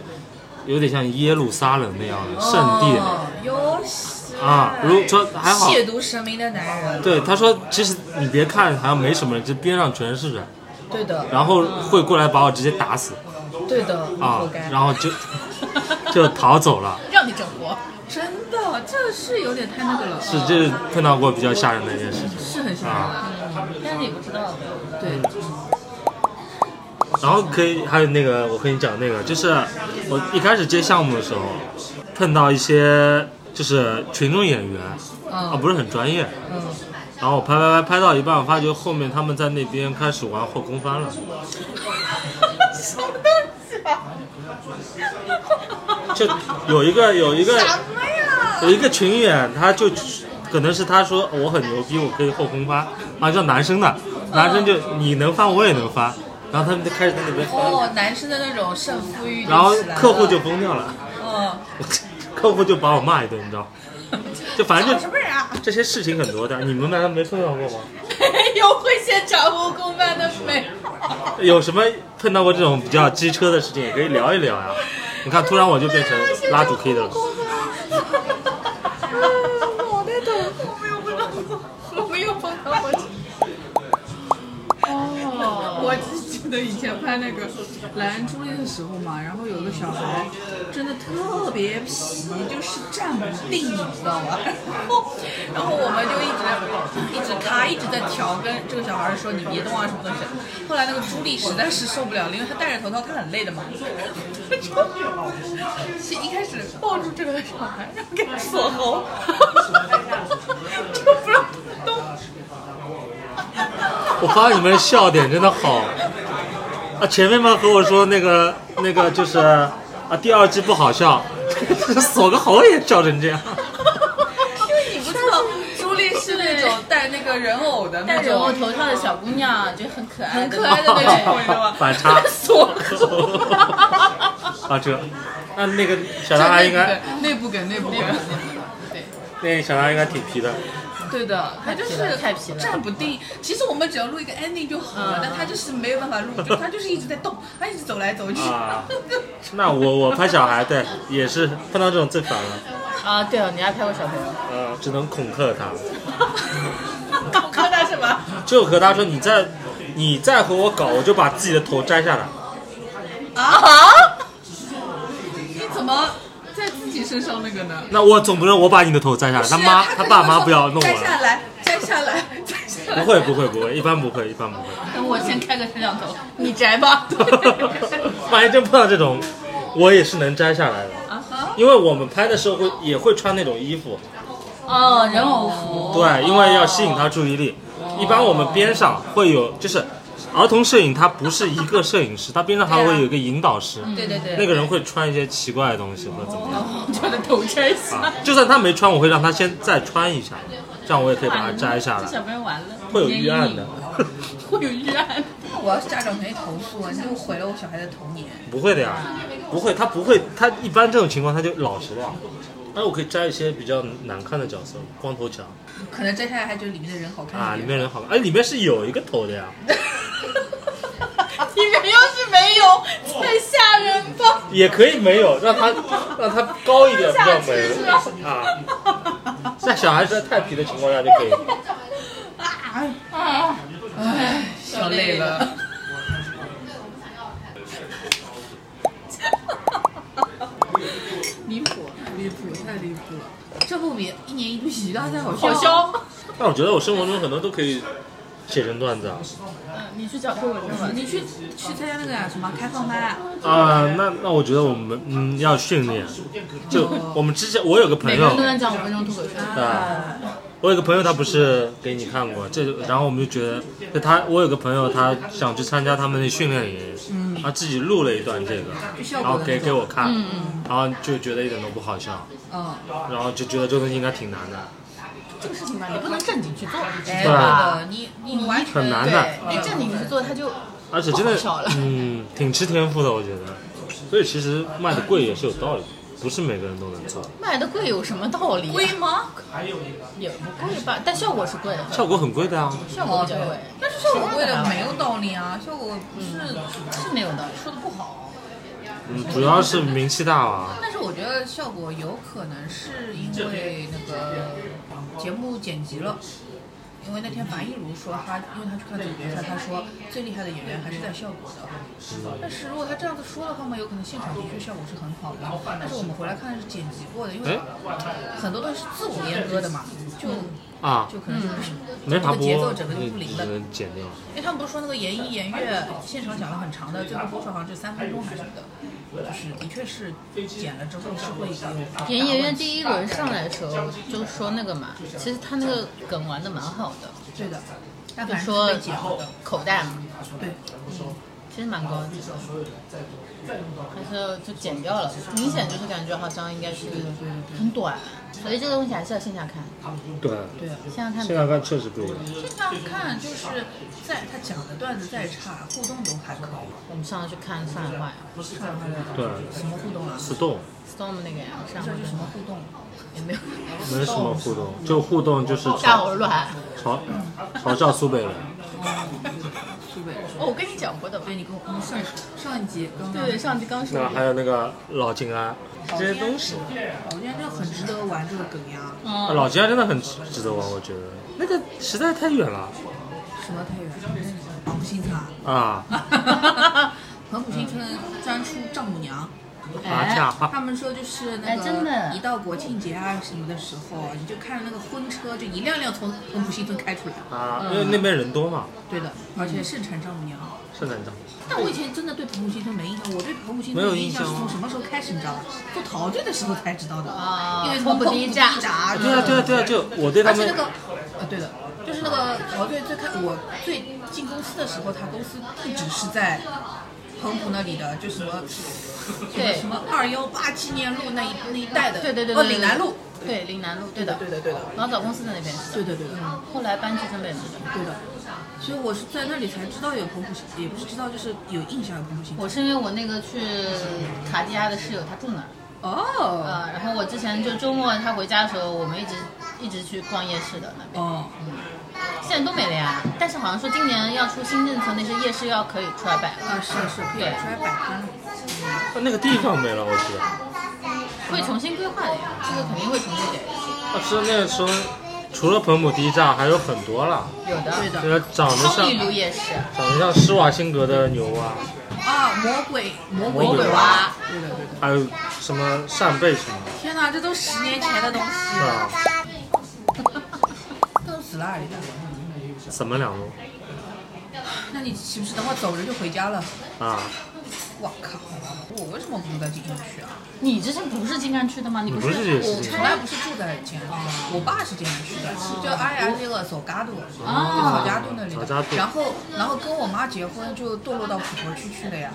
[SPEAKER 1] 有点像耶路撒冷那样的圣地、
[SPEAKER 2] 哦哟西
[SPEAKER 1] 啊。如说还好，
[SPEAKER 2] 亵渎神明的男人，
[SPEAKER 1] 对他说，其实你别看好像没什么人，这边上全是人，
[SPEAKER 2] 对的，
[SPEAKER 1] 然后会过来把我直接打死
[SPEAKER 2] 对的，
[SPEAKER 1] 啊
[SPEAKER 2] 嗯活该，。
[SPEAKER 1] 然后 就就逃走了。
[SPEAKER 3] 让你整活，
[SPEAKER 2] 真的，这是有点太那个了，
[SPEAKER 1] 是这是碰到过比较吓人的一件事情。
[SPEAKER 2] 是很吓
[SPEAKER 1] 啊
[SPEAKER 2] 人。
[SPEAKER 3] 但是也不知道。
[SPEAKER 2] 对，
[SPEAKER 1] 然后可以，还有那个，我跟你讲那个，就是我一开始接项目的时候，碰到一些就是群众演员，啊，
[SPEAKER 2] 嗯
[SPEAKER 1] 不是很专业，
[SPEAKER 2] 嗯，
[SPEAKER 1] 然后我拍拍拍拍到一半，我发觉后面他们在那边开始玩后空翻了，
[SPEAKER 2] 什么东西啊？
[SPEAKER 1] 就有一个有一个
[SPEAKER 2] 什么呀？
[SPEAKER 1] 有一个群演，他就可能是他说我很牛逼，我可以后空翻，啊，叫男生的，
[SPEAKER 2] 嗯
[SPEAKER 1] 男生就你能翻我也能翻，然后他们就开始在那边翻，
[SPEAKER 2] 哦，男生的那种胜负欲就
[SPEAKER 1] 然后
[SPEAKER 2] 起来了
[SPEAKER 1] 客户就疯掉了，
[SPEAKER 2] 嗯，
[SPEAKER 1] 客户就把我骂一顿，你知道吗，就反正
[SPEAKER 2] 搞
[SPEAKER 1] 就
[SPEAKER 2] 什么人啊？
[SPEAKER 1] 这些事情很多的，你们难道没碰到过吗？
[SPEAKER 2] 没有会现场后空翻的美好。
[SPEAKER 1] 有什么碰到过这种比较机车的事情，也可以聊一聊呀、你看，突然我就变成拉主 K 的了。
[SPEAKER 2] 脑袋疼，我没有碰到过，我没有碰到过。
[SPEAKER 4] 哦，
[SPEAKER 2] 我只记得以前拍那个《莱恩朱丽》的时候嘛，然后有一个小孩真的特别皮，就是站不定，你知道吗？然后，然后我们就一直一直他一直在调跟这个小孩说你别动啊什么东西。后来那个朱莉实在是受不了了，因为她戴着头套，她很累的嘛。 她就一开始抱住这个小孩，然后给他锁喉， 就不让他动。
[SPEAKER 1] 我发现你们笑点真的好啊！前面嘛和我说那个那个就是啊，第二季不好笑， 锁个喉也笑成这样。
[SPEAKER 2] 因为你不知道，朱莉是那种戴那个人偶的那
[SPEAKER 3] 戴着我
[SPEAKER 2] 种，
[SPEAKER 3] 头套的小姑娘就很可爱
[SPEAKER 2] 很
[SPEAKER 3] 的，
[SPEAKER 2] 可爱的那种，你 知道吗？
[SPEAKER 1] 反差
[SPEAKER 2] 锁 喉。
[SPEAKER 1] 啊这，那那个小男孩应该，
[SPEAKER 2] 内部梗，内部梗，内部梗。
[SPEAKER 1] 那个小男孩应该挺皮的。
[SPEAKER 2] 对的，他就是
[SPEAKER 3] 太皮了
[SPEAKER 2] 站不定。其实我们只要录一个 ending 就好了，但他就是没有办法录，就他就是一直在动，他一直走来走去。
[SPEAKER 1] 啊那我我拍小孩对也是碰到这种最烦了，
[SPEAKER 3] 啊，对哦，你还拍过小朋友？
[SPEAKER 1] 呃，只能恐吓他。
[SPEAKER 3] 啊
[SPEAKER 2] 恐吓他什么？
[SPEAKER 1] 就和他说你再你再和我搞，我就把自己的头摘下来。
[SPEAKER 2] 啊？你怎么在自己身上那个呢？
[SPEAKER 1] 那我总不能我把你的头摘下来，他
[SPEAKER 2] 是啊
[SPEAKER 1] 妈他爸妈不要弄
[SPEAKER 2] 摘
[SPEAKER 1] 我
[SPEAKER 2] 下
[SPEAKER 1] 了。
[SPEAKER 2] 来，摘下来，摘下来。
[SPEAKER 1] 不会不会不会，一般不会一般不会。
[SPEAKER 3] 等我先开个摄像头，你摘吧。
[SPEAKER 1] 万一真碰到这种，我也是能摘下来的，
[SPEAKER 2] 啊哈！
[SPEAKER 1] 因为我们拍的时候会也会穿那种衣服，
[SPEAKER 3] 哦，人偶服。
[SPEAKER 1] 对，因为要吸引他注意力。一般我们边上会有就是。儿童摄影，他不是一个摄影师，他边上还会有一个引导师，
[SPEAKER 2] 对对对，
[SPEAKER 1] 那个人会穿一些奇怪的东西或者怎么样
[SPEAKER 3] 就把头摘下。
[SPEAKER 1] 啊。就算他没穿，我会让他先再穿一下，这样我也可以把它摘下来
[SPEAKER 3] 这。
[SPEAKER 2] 哦
[SPEAKER 3] 小朋友完了，
[SPEAKER 1] 会有预案的，
[SPEAKER 3] 会有预案。
[SPEAKER 2] 我要是家长可以投诉啊，你就毁了我小孩的童年。
[SPEAKER 1] 不会的呀，不会，他不会，他一般这种情况他就老实了。哎，我可以摘一些比较难看的角色，光头强
[SPEAKER 2] 可能摘下来还觉得里面的人好看
[SPEAKER 1] 啊，
[SPEAKER 2] 一
[SPEAKER 1] 里面
[SPEAKER 2] 点。
[SPEAKER 1] 人好看，哎，里面是有一个头的呀，
[SPEAKER 3] 你们要是没有，太吓人吧？
[SPEAKER 1] 也可以没有，让他让他高一点比较啊美
[SPEAKER 3] 是吧
[SPEAKER 1] 啊。 在小孩子太皮的情况下就可以。
[SPEAKER 2] 笑累了。离谱，离谱，太离谱了！这部比一年一度喜剧大赛好笑。啊
[SPEAKER 3] 好笑。
[SPEAKER 1] 但我觉得我生活中很多都可以写成段子啊。
[SPEAKER 3] 嗯你去找周文正吧。
[SPEAKER 2] 你去去参加那个呀什么开放麦啊，
[SPEAKER 1] 啊、那那我觉得我们嗯要训练，就我们之前我有个朋
[SPEAKER 3] 每个
[SPEAKER 1] 友
[SPEAKER 3] 人都，能讲五分钟脱口秀。
[SPEAKER 1] 啊，我有个朋友，他不是给你看过这，然后我们就觉得，就他我有个朋友，他想去参加他们那训练营，
[SPEAKER 3] 嗯
[SPEAKER 1] 他自己录了一段这个，然后给给我看，
[SPEAKER 3] 嗯
[SPEAKER 1] 然后就觉得一点都不好笑，
[SPEAKER 2] 嗯，
[SPEAKER 1] 然后就觉得这东西应该挺难的，
[SPEAKER 3] 这个事情吧，你不能正经去做，
[SPEAKER 2] 哎，
[SPEAKER 1] 对
[SPEAKER 2] 对
[SPEAKER 1] 啊
[SPEAKER 2] 的，你你完全
[SPEAKER 1] 很难的
[SPEAKER 2] 对
[SPEAKER 3] 你正经去做，他就
[SPEAKER 1] 而且真的
[SPEAKER 3] 不好笑了，
[SPEAKER 1] 嗯，挺吃天赋的，我觉得，所以其实卖的贵也是有道理的，不是每个人都能做，
[SPEAKER 3] 卖的贵有什么道理、啊
[SPEAKER 2] 贵吗？
[SPEAKER 3] 也不贵吧，但效果是贵，
[SPEAKER 1] 效果很贵的啊，
[SPEAKER 3] 效果比较贵，
[SPEAKER 2] 但是效果贵的没有道理啊，效果不是
[SPEAKER 3] 是没有道理。
[SPEAKER 2] 说的不好。
[SPEAKER 1] 嗯，主要是名气大啊，
[SPEAKER 2] 但是我觉得效果有可能是因为那个节目剪辑了，因为那天樊亦茹说她，因为她去看这个决赛，她说最厉害的演员还是在效果的。但是如果她这样子说的话嘛，有可能现场的确效果是很好的，但是我们回来看是剪辑过的，因为
[SPEAKER 1] 哎
[SPEAKER 2] 很多都是自我阉割的嘛，就
[SPEAKER 1] 啊，
[SPEAKER 2] 就可能是不行。
[SPEAKER 1] 没法
[SPEAKER 2] 这个
[SPEAKER 1] 播，嗯
[SPEAKER 2] 节奏整个就不灵
[SPEAKER 1] 只
[SPEAKER 2] 了。
[SPEAKER 1] 能剪掉。
[SPEAKER 2] 因为他们不是说那个言一言月现场讲了很长的，最后播出好像是三分钟还是什么的，就是的确是剪了之后是会有
[SPEAKER 3] 演演员第一轮上来的时候就说那个嘛，其实他那个梗玩的蛮好的，
[SPEAKER 2] 对的，但
[SPEAKER 3] 就
[SPEAKER 2] 反正
[SPEAKER 3] 说
[SPEAKER 2] 是被剪了的，
[SPEAKER 3] 口袋嘛，
[SPEAKER 2] 对，
[SPEAKER 3] 其实蛮高级的，还是就剪掉了，明显就是感觉好像应该是很短，所以这个东西还是要线下看，啊
[SPEAKER 1] 对，
[SPEAKER 2] 对。
[SPEAKER 3] 线下看比
[SPEAKER 1] 现在
[SPEAKER 3] 较
[SPEAKER 1] 看确实不一样。
[SPEAKER 2] 经常看就是在他讲的段子再差，互动都还可以。
[SPEAKER 3] 我们上次去看上海话呀
[SPEAKER 2] 上海话
[SPEAKER 1] 对，
[SPEAKER 2] 什么互动啊？
[SPEAKER 1] 互动
[SPEAKER 3] ，Storm 那个呀，上
[SPEAKER 2] 不知道
[SPEAKER 3] 海话
[SPEAKER 2] 就什么互动，啊
[SPEAKER 3] 也没有，
[SPEAKER 1] 没什么互动，就互动就是
[SPEAKER 3] 吓
[SPEAKER 1] 嘲
[SPEAKER 3] 我乱。
[SPEAKER 1] 嘲嘲笑苏北人。
[SPEAKER 2] 苏北。
[SPEAKER 3] 哦，我跟你讲过的吧？
[SPEAKER 2] 对，你跟我我们上上一集刚刚
[SPEAKER 3] 对，上期刚 说
[SPEAKER 1] 那
[SPEAKER 3] 的。
[SPEAKER 1] 还有那个老静安，这些都是，
[SPEAKER 2] 哦我觉得这很值得玩这个梗呀。
[SPEAKER 1] 啊老静安真的很值值得玩，我觉得那个实在太远了
[SPEAKER 2] 什么太原？王府新村啊。
[SPEAKER 1] 啊
[SPEAKER 2] 黄埔新村专出丈母娘，哎
[SPEAKER 1] 啊这样啊
[SPEAKER 2] 他们说就是那
[SPEAKER 3] 哎
[SPEAKER 2] 个，
[SPEAKER 3] 真的
[SPEAKER 2] 一到国庆节啊什么的时候，你就看那个婚车就一辆辆从黄埔新村开出来。
[SPEAKER 1] 啊，因为那边人多嘛，
[SPEAKER 2] 对的，而
[SPEAKER 1] 嗯
[SPEAKER 2] 且盛产丈母娘。
[SPEAKER 1] 是南昌。
[SPEAKER 2] 但我以前真的对澎湖新村没印象，我对澎湖新
[SPEAKER 1] 没
[SPEAKER 2] 村
[SPEAKER 1] 有
[SPEAKER 2] 的
[SPEAKER 1] 印
[SPEAKER 2] 象是
[SPEAKER 1] 象吗啊
[SPEAKER 2] 从什么时候开始，你知道吧？做陶醉的时候才知道的，
[SPEAKER 3] 啊
[SPEAKER 2] 因为
[SPEAKER 3] 从
[SPEAKER 2] 从
[SPEAKER 3] 不
[SPEAKER 2] 澎湖
[SPEAKER 3] 低
[SPEAKER 2] 第
[SPEAKER 3] 价
[SPEAKER 2] 闸，
[SPEAKER 1] 对啊对啊对啊，就我对他
[SPEAKER 2] 而且
[SPEAKER 1] 们
[SPEAKER 2] 那个，
[SPEAKER 3] 啊
[SPEAKER 2] 呃，对的，就是那个陶醉最开我最进公司的时候，他公司地址是在彭浦那里的，就什么
[SPEAKER 3] 对
[SPEAKER 2] 什么二幺八纪念路那一那一带的，
[SPEAKER 3] 对对对
[SPEAKER 2] 哦，
[SPEAKER 3] 对对
[SPEAKER 2] 岭南路，
[SPEAKER 3] 对，岭南路，对的，
[SPEAKER 2] 对的对的
[SPEAKER 3] 老早公司在那边是的，
[SPEAKER 2] 对的对的
[SPEAKER 3] 嗯，后来搬去城北门的。
[SPEAKER 2] 对的，所以我是在那里才知道有澎湖新，也不是知道，就是有印象有澎湖新村，
[SPEAKER 3] 我是因为我那个去卡地亚的室友，他住那儿，
[SPEAKER 2] 哦
[SPEAKER 3] 呃，然后我之前就周末他回家的时候，我们一直一直去逛夜市的那边，
[SPEAKER 2] 哦，
[SPEAKER 3] 现在都没了呀。但是好像说今年要出新政策，那些夜市要可以出来摆了。
[SPEAKER 2] 啊是是可以
[SPEAKER 3] 对
[SPEAKER 2] 出来摆摊了。
[SPEAKER 1] 那个地方没了，我知道。
[SPEAKER 3] 会重新规划的呀，这个肯定会重新给的，
[SPEAKER 1] 啊，是那个时候，除了彭浦第一站，还有很多了，
[SPEAKER 3] 有的。
[SPEAKER 2] 对的
[SPEAKER 1] 就是长得
[SPEAKER 3] 康
[SPEAKER 1] 像
[SPEAKER 3] 利路夜市，
[SPEAKER 1] 长得像施瓦辛格的牛啊，
[SPEAKER 2] 啊，魔鬼魔
[SPEAKER 1] 魔鬼
[SPEAKER 3] 蛙，
[SPEAKER 2] 对的对的。
[SPEAKER 1] 还有什么扇贝什么的，
[SPEAKER 2] 天哪，这都十年前的东西
[SPEAKER 1] 是，吧？
[SPEAKER 2] 都死了你啊的。
[SPEAKER 1] 怎么两路
[SPEAKER 2] 那你岂不是等会走着就回家了？
[SPEAKER 1] 啊？
[SPEAKER 2] 我靠！我为什么不住在静安区啊？
[SPEAKER 3] 你之前不是静安区的吗？你不
[SPEAKER 1] 你不是这个事
[SPEAKER 2] 我
[SPEAKER 1] 情
[SPEAKER 2] 从来不是住在静安区，我爸是静安区
[SPEAKER 3] 哦
[SPEAKER 2] 的，就阿雅那个索嘎杜，就
[SPEAKER 3] 啊
[SPEAKER 2] 草家渡那里
[SPEAKER 1] 草家
[SPEAKER 2] 的
[SPEAKER 1] 渡。
[SPEAKER 2] 然后，然后跟我妈结婚就堕落到普陀区去了呀。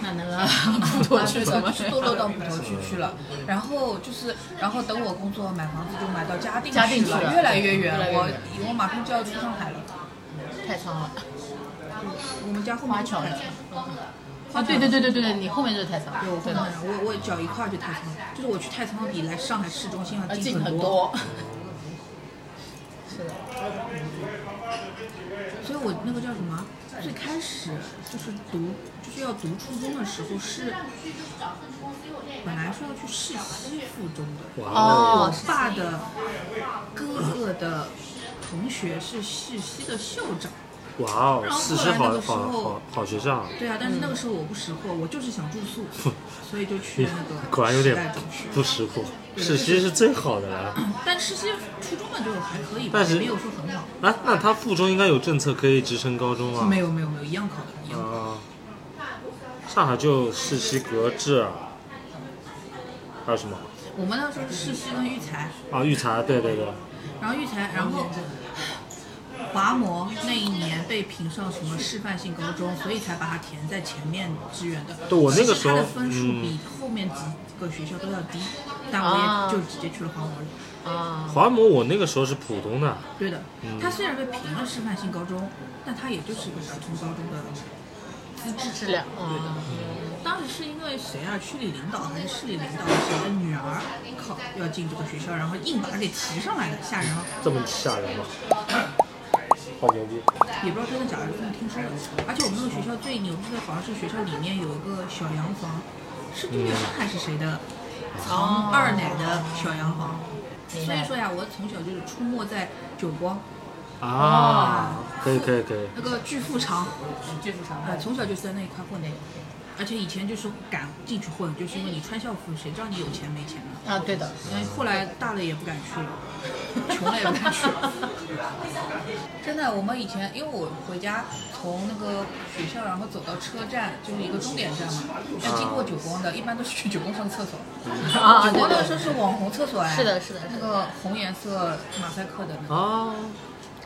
[SPEAKER 3] 哪能 了？普陀区
[SPEAKER 2] 啊对
[SPEAKER 3] 怎
[SPEAKER 2] 的，
[SPEAKER 3] 么
[SPEAKER 2] 就是堕落到普陀区去了。然后就是，然后等我工作买房子就买到嘉定
[SPEAKER 3] 嘉定
[SPEAKER 2] 去
[SPEAKER 3] 去了
[SPEAKER 2] 了，越来越远
[SPEAKER 3] 越来。越
[SPEAKER 2] 我
[SPEAKER 3] 远
[SPEAKER 2] 我马上就要去上海了。
[SPEAKER 3] 太长了，
[SPEAKER 2] 我们家后
[SPEAKER 3] 花
[SPEAKER 2] 面就
[SPEAKER 3] 桥
[SPEAKER 2] 是
[SPEAKER 3] 那
[SPEAKER 2] 太
[SPEAKER 3] 边
[SPEAKER 2] 仓。
[SPEAKER 3] 啊，对对对对对对，你后面就是太仓
[SPEAKER 2] 对，我，后
[SPEAKER 3] 对
[SPEAKER 2] 面
[SPEAKER 3] 的，
[SPEAKER 2] 啊我我脚一块儿去太仓，就是我去太仓比来上海市中心要
[SPEAKER 3] 呃，
[SPEAKER 2] 近
[SPEAKER 3] 近很
[SPEAKER 2] 多。
[SPEAKER 3] 多。是的，
[SPEAKER 2] 所以我那个叫什么，最开始就是读就是要读初中的时候是，本来说要去市西附中的，
[SPEAKER 1] 哇
[SPEAKER 3] 哦
[SPEAKER 2] 我爸的哥哥的同学是市西的校长。
[SPEAKER 1] 哇哦，四十好好好好学校啊，
[SPEAKER 2] 对啊，但是那个时候我不识货，我就是想住 宿，所以就去
[SPEAKER 1] 你
[SPEAKER 2] 了那个
[SPEAKER 1] 果然有
[SPEAKER 2] 时代
[SPEAKER 1] 点
[SPEAKER 2] 中学
[SPEAKER 1] 不识货。陕西是最好的了，
[SPEAKER 2] 但实习初中嘛就还可以吧，
[SPEAKER 1] 但是
[SPEAKER 2] 也没有说很好。
[SPEAKER 1] 啊，那他附中应该有政策可以直升高中啊？
[SPEAKER 2] 没有没有没有，一样考的，一样考的。
[SPEAKER 1] 啊，上海就世袭格致，还有什么
[SPEAKER 2] 我们那时候是世新跟育才，
[SPEAKER 1] 啊？育才，对对对，
[SPEAKER 2] 然后育才，然后 华模那一年被评上什么示范性高中，所以才把它填在前面志愿的。
[SPEAKER 1] 对我那个
[SPEAKER 2] 其实
[SPEAKER 1] 时候
[SPEAKER 2] 它的分数
[SPEAKER 1] 嗯
[SPEAKER 2] 比后面几个学校都要低，但我
[SPEAKER 3] 啊
[SPEAKER 2] 也就直接去了华模了。
[SPEAKER 3] 啊，
[SPEAKER 1] 华模我那个时候是浦东的，
[SPEAKER 2] 对的，
[SPEAKER 1] 嗯
[SPEAKER 2] 它虽然被评了示范性高中，但它也就是一个普通高中的资质
[SPEAKER 3] 质量，嗯，
[SPEAKER 2] 当时是因为谁啊，区里领导还是市里领导谁的女儿考要进这个学校，然后硬把她给提上来的，吓人了。
[SPEAKER 1] 这么吓人吗？好牛逼！
[SPEAKER 2] 也不知道真的假的，这么听说的。而且我们那个学校最牛逼的，好像是学校里面有一个小洋房，是对面上海是谁的
[SPEAKER 3] 哦
[SPEAKER 2] 堂二奶的小洋房。所以说呀，我从小就是出没在九光
[SPEAKER 1] 啊，可以可以可以，
[SPEAKER 2] 那个巨富长，
[SPEAKER 3] 巨富长
[SPEAKER 2] 呃，从小就是在那一块混的。而且以前就说敢进去混，就是因为你穿校服，谁知道你有钱没钱呢？
[SPEAKER 3] 啊，对的，
[SPEAKER 2] 但是哎后来大了也不敢去 了，穷了也不敢去了。真的，我们以前因为我回家从那个学校，然后走到车站，就是一个终点站嘛，
[SPEAKER 3] 嗯
[SPEAKER 2] 要经过九宫的，一般都是去九宫上厕所。
[SPEAKER 3] 啊，
[SPEAKER 2] 九
[SPEAKER 3] 对
[SPEAKER 2] 宫那个时
[SPEAKER 3] 的，
[SPEAKER 2] 候是网红厕所哎，
[SPEAKER 3] 是的，是的，是
[SPEAKER 2] 那
[SPEAKER 3] 的，
[SPEAKER 2] 个红颜色马赛克的那个，
[SPEAKER 1] 哦，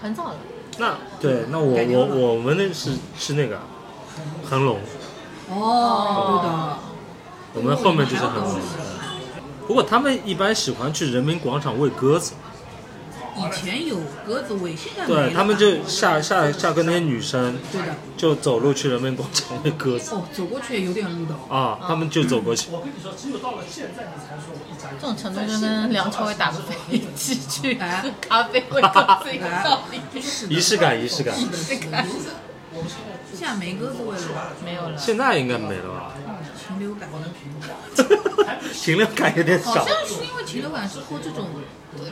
[SPEAKER 3] 很早了，
[SPEAKER 1] 那对，那我
[SPEAKER 2] 改掉
[SPEAKER 1] 我
[SPEAKER 2] 了
[SPEAKER 1] 我们那是是那个啊恒隆，
[SPEAKER 2] 哦，
[SPEAKER 1] 我们后面就是恒隆。不过他们一般喜欢去人民广场喂鸽子，
[SPEAKER 2] 对的，以前有鸽子喂，现在没
[SPEAKER 1] 对
[SPEAKER 2] 了
[SPEAKER 1] 他们就下下下跟那些女生
[SPEAKER 2] 对的，
[SPEAKER 1] 就走路去人民广场喂鸽子
[SPEAKER 2] 哦，走过去也有点路的哦。
[SPEAKER 1] 啊，他们就走过
[SPEAKER 2] 嗯
[SPEAKER 1] 去。
[SPEAKER 3] 这种程度就跟梁朝伟打个飞机去
[SPEAKER 2] 哎
[SPEAKER 3] 喝咖啡会搞这个道理，
[SPEAKER 1] 仪式感，仪式感。
[SPEAKER 2] 现在没鸽子喂了吧？
[SPEAKER 3] 没有了。
[SPEAKER 1] 现在应该没了 吧？
[SPEAKER 2] 禽流感，
[SPEAKER 1] 停留感有点
[SPEAKER 2] 好
[SPEAKER 1] 少。
[SPEAKER 2] 像是因为禽流感是喝这种，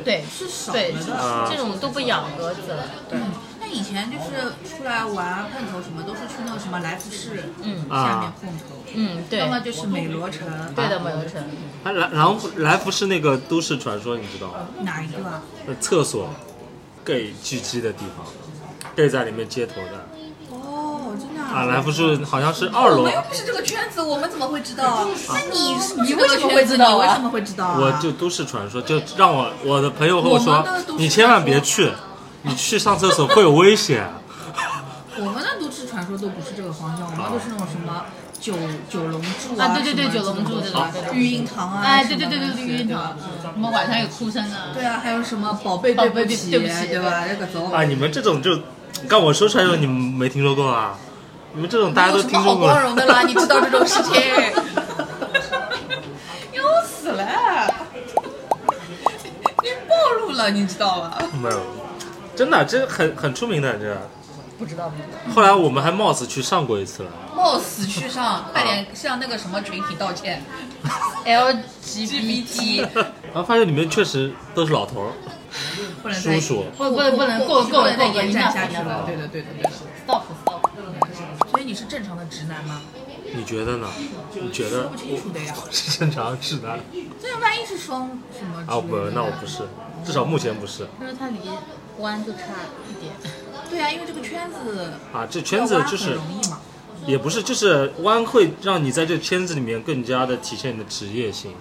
[SPEAKER 3] 对，
[SPEAKER 2] 是少
[SPEAKER 3] 对，
[SPEAKER 2] 了的。
[SPEAKER 1] 啊
[SPEAKER 3] 这种都不养鸽子了。
[SPEAKER 2] 嗯，那以前就是出来玩碰头什么，都是去那个什么来福士，
[SPEAKER 3] 嗯
[SPEAKER 2] 下面碰头，
[SPEAKER 3] 嗯，对
[SPEAKER 2] 要，么就是美罗城，
[SPEAKER 3] 对的，马油城。
[SPEAKER 1] 啊来然后来福是那个都市传说，你知道吗？
[SPEAKER 2] 哪一个啊？
[SPEAKER 1] 那厕所，gay 聚集的地方，gay 在里面接头的
[SPEAKER 2] 哦，真的
[SPEAKER 1] 啊。来福是好像是二
[SPEAKER 2] 我
[SPEAKER 1] 楼
[SPEAKER 2] 们，又不是这个圈子，我们怎么会知
[SPEAKER 3] 啊
[SPEAKER 2] 道？那你是
[SPEAKER 4] 你为什么会知道啊
[SPEAKER 2] 你为什么会知道啊？
[SPEAKER 1] 我就都市传说，就让我我的朋友和我
[SPEAKER 2] 我
[SPEAKER 1] 说
[SPEAKER 2] 们的都市，
[SPEAKER 1] 你千万别去，你去上厕所会有危 险。
[SPEAKER 2] 我们的都市传说都不是这个方向，我们都是那种什么九九龙柱
[SPEAKER 3] 啊
[SPEAKER 2] 啊，
[SPEAKER 3] 对对对
[SPEAKER 2] 什么
[SPEAKER 3] 九龙柱
[SPEAKER 2] 这
[SPEAKER 3] 这
[SPEAKER 2] 种
[SPEAKER 3] 种
[SPEAKER 2] 东西
[SPEAKER 3] 对对对
[SPEAKER 2] 育婴堂啊，
[SPEAKER 3] 哎，对对对
[SPEAKER 2] 什么
[SPEAKER 3] 对
[SPEAKER 2] 东
[SPEAKER 3] 对，
[SPEAKER 2] 西
[SPEAKER 3] 育婴堂，我们晚上有哭声啊。
[SPEAKER 2] 对啊，还有什么宝贝
[SPEAKER 3] 宝
[SPEAKER 2] 不
[SPEAKER 3] 贝
[SPEAKER 2] 起，
[SPEAKER 3] 哦对不起
[SPEAKER 2] 对吧？那个走，
[SPEAKER 1] 啊，你们这种就，刚我说出来的时候你们没听说过啊？你们这种大家都
[SPEAKER 2] 有什么
[SPEAKER 1] 听
[SPEAKER 2] 好
[SPEAKER 1] 说过
[SPEAKER 2] 光。荣的啦？你知道这种事 情，要死了！你暴露了，你知道吧？
[SPEAKER 1] 没有，真的，这很很出名的这。
[SPEAKER 3] 不知道不知道。
[SPEAKER 1] 后来我们还冒死去上过一次了。
[SPEAKER 2] 冒死去
[SPEAKER 1] 啊
[SPEAKER 2] 上，快点向那个什么群体道歉
[SPEAKER 3] LGBT
[SPEAKER 1] 然后发现里面确实都是老头儿，
[SPEAKER 2] 不能
[SPEAKER 1] 叔
[SPEAKER 2] 再
[SPEAKER 1] 叔
[SPEAKER 3] 不不不能
[SPEAKER 2] 过
[SPEAKER 3] 过过
[SPEAKER 2] 不能再
[SPEAKER 3] 过过
[SPEAKER 2] 延展下去
[SPEAKER 3] 过
[SPEAKER 2] 了。
[SPEAKER 3] 过
[SPEAKER 2] 对的，对的，对的。
[SPEAKER 3] stop stop。
[SPEAKER 2] 所以你是正常的直男吗？
[SPEAKER 1] 你觉得呢？你觉
[SPEAKER 2] 说
[SPEAKER 1] 得
[SPEAKER 2] 不清楚的呀。
[SPEAKER 1] 是正常直男？
[SPEAKER 2] 这万一是双什么之类的？
[SPEAKER 1] 啊，不，那我不是，至少目前不是。
[SPEAKER 3] 就是他离弯就差一点。
[SPEAKER 2] 对啊，因为这个圈子
[SPEAKER 1] 啊，这圈子就
[SPEAKER 2] 要
[SPEAKER 1] 是
[SPEAKER 2] 挖很容易嘛。
[SPEAKER 1] 也不是，就是弯会让你在这圈子里面更加的体现你的职业性。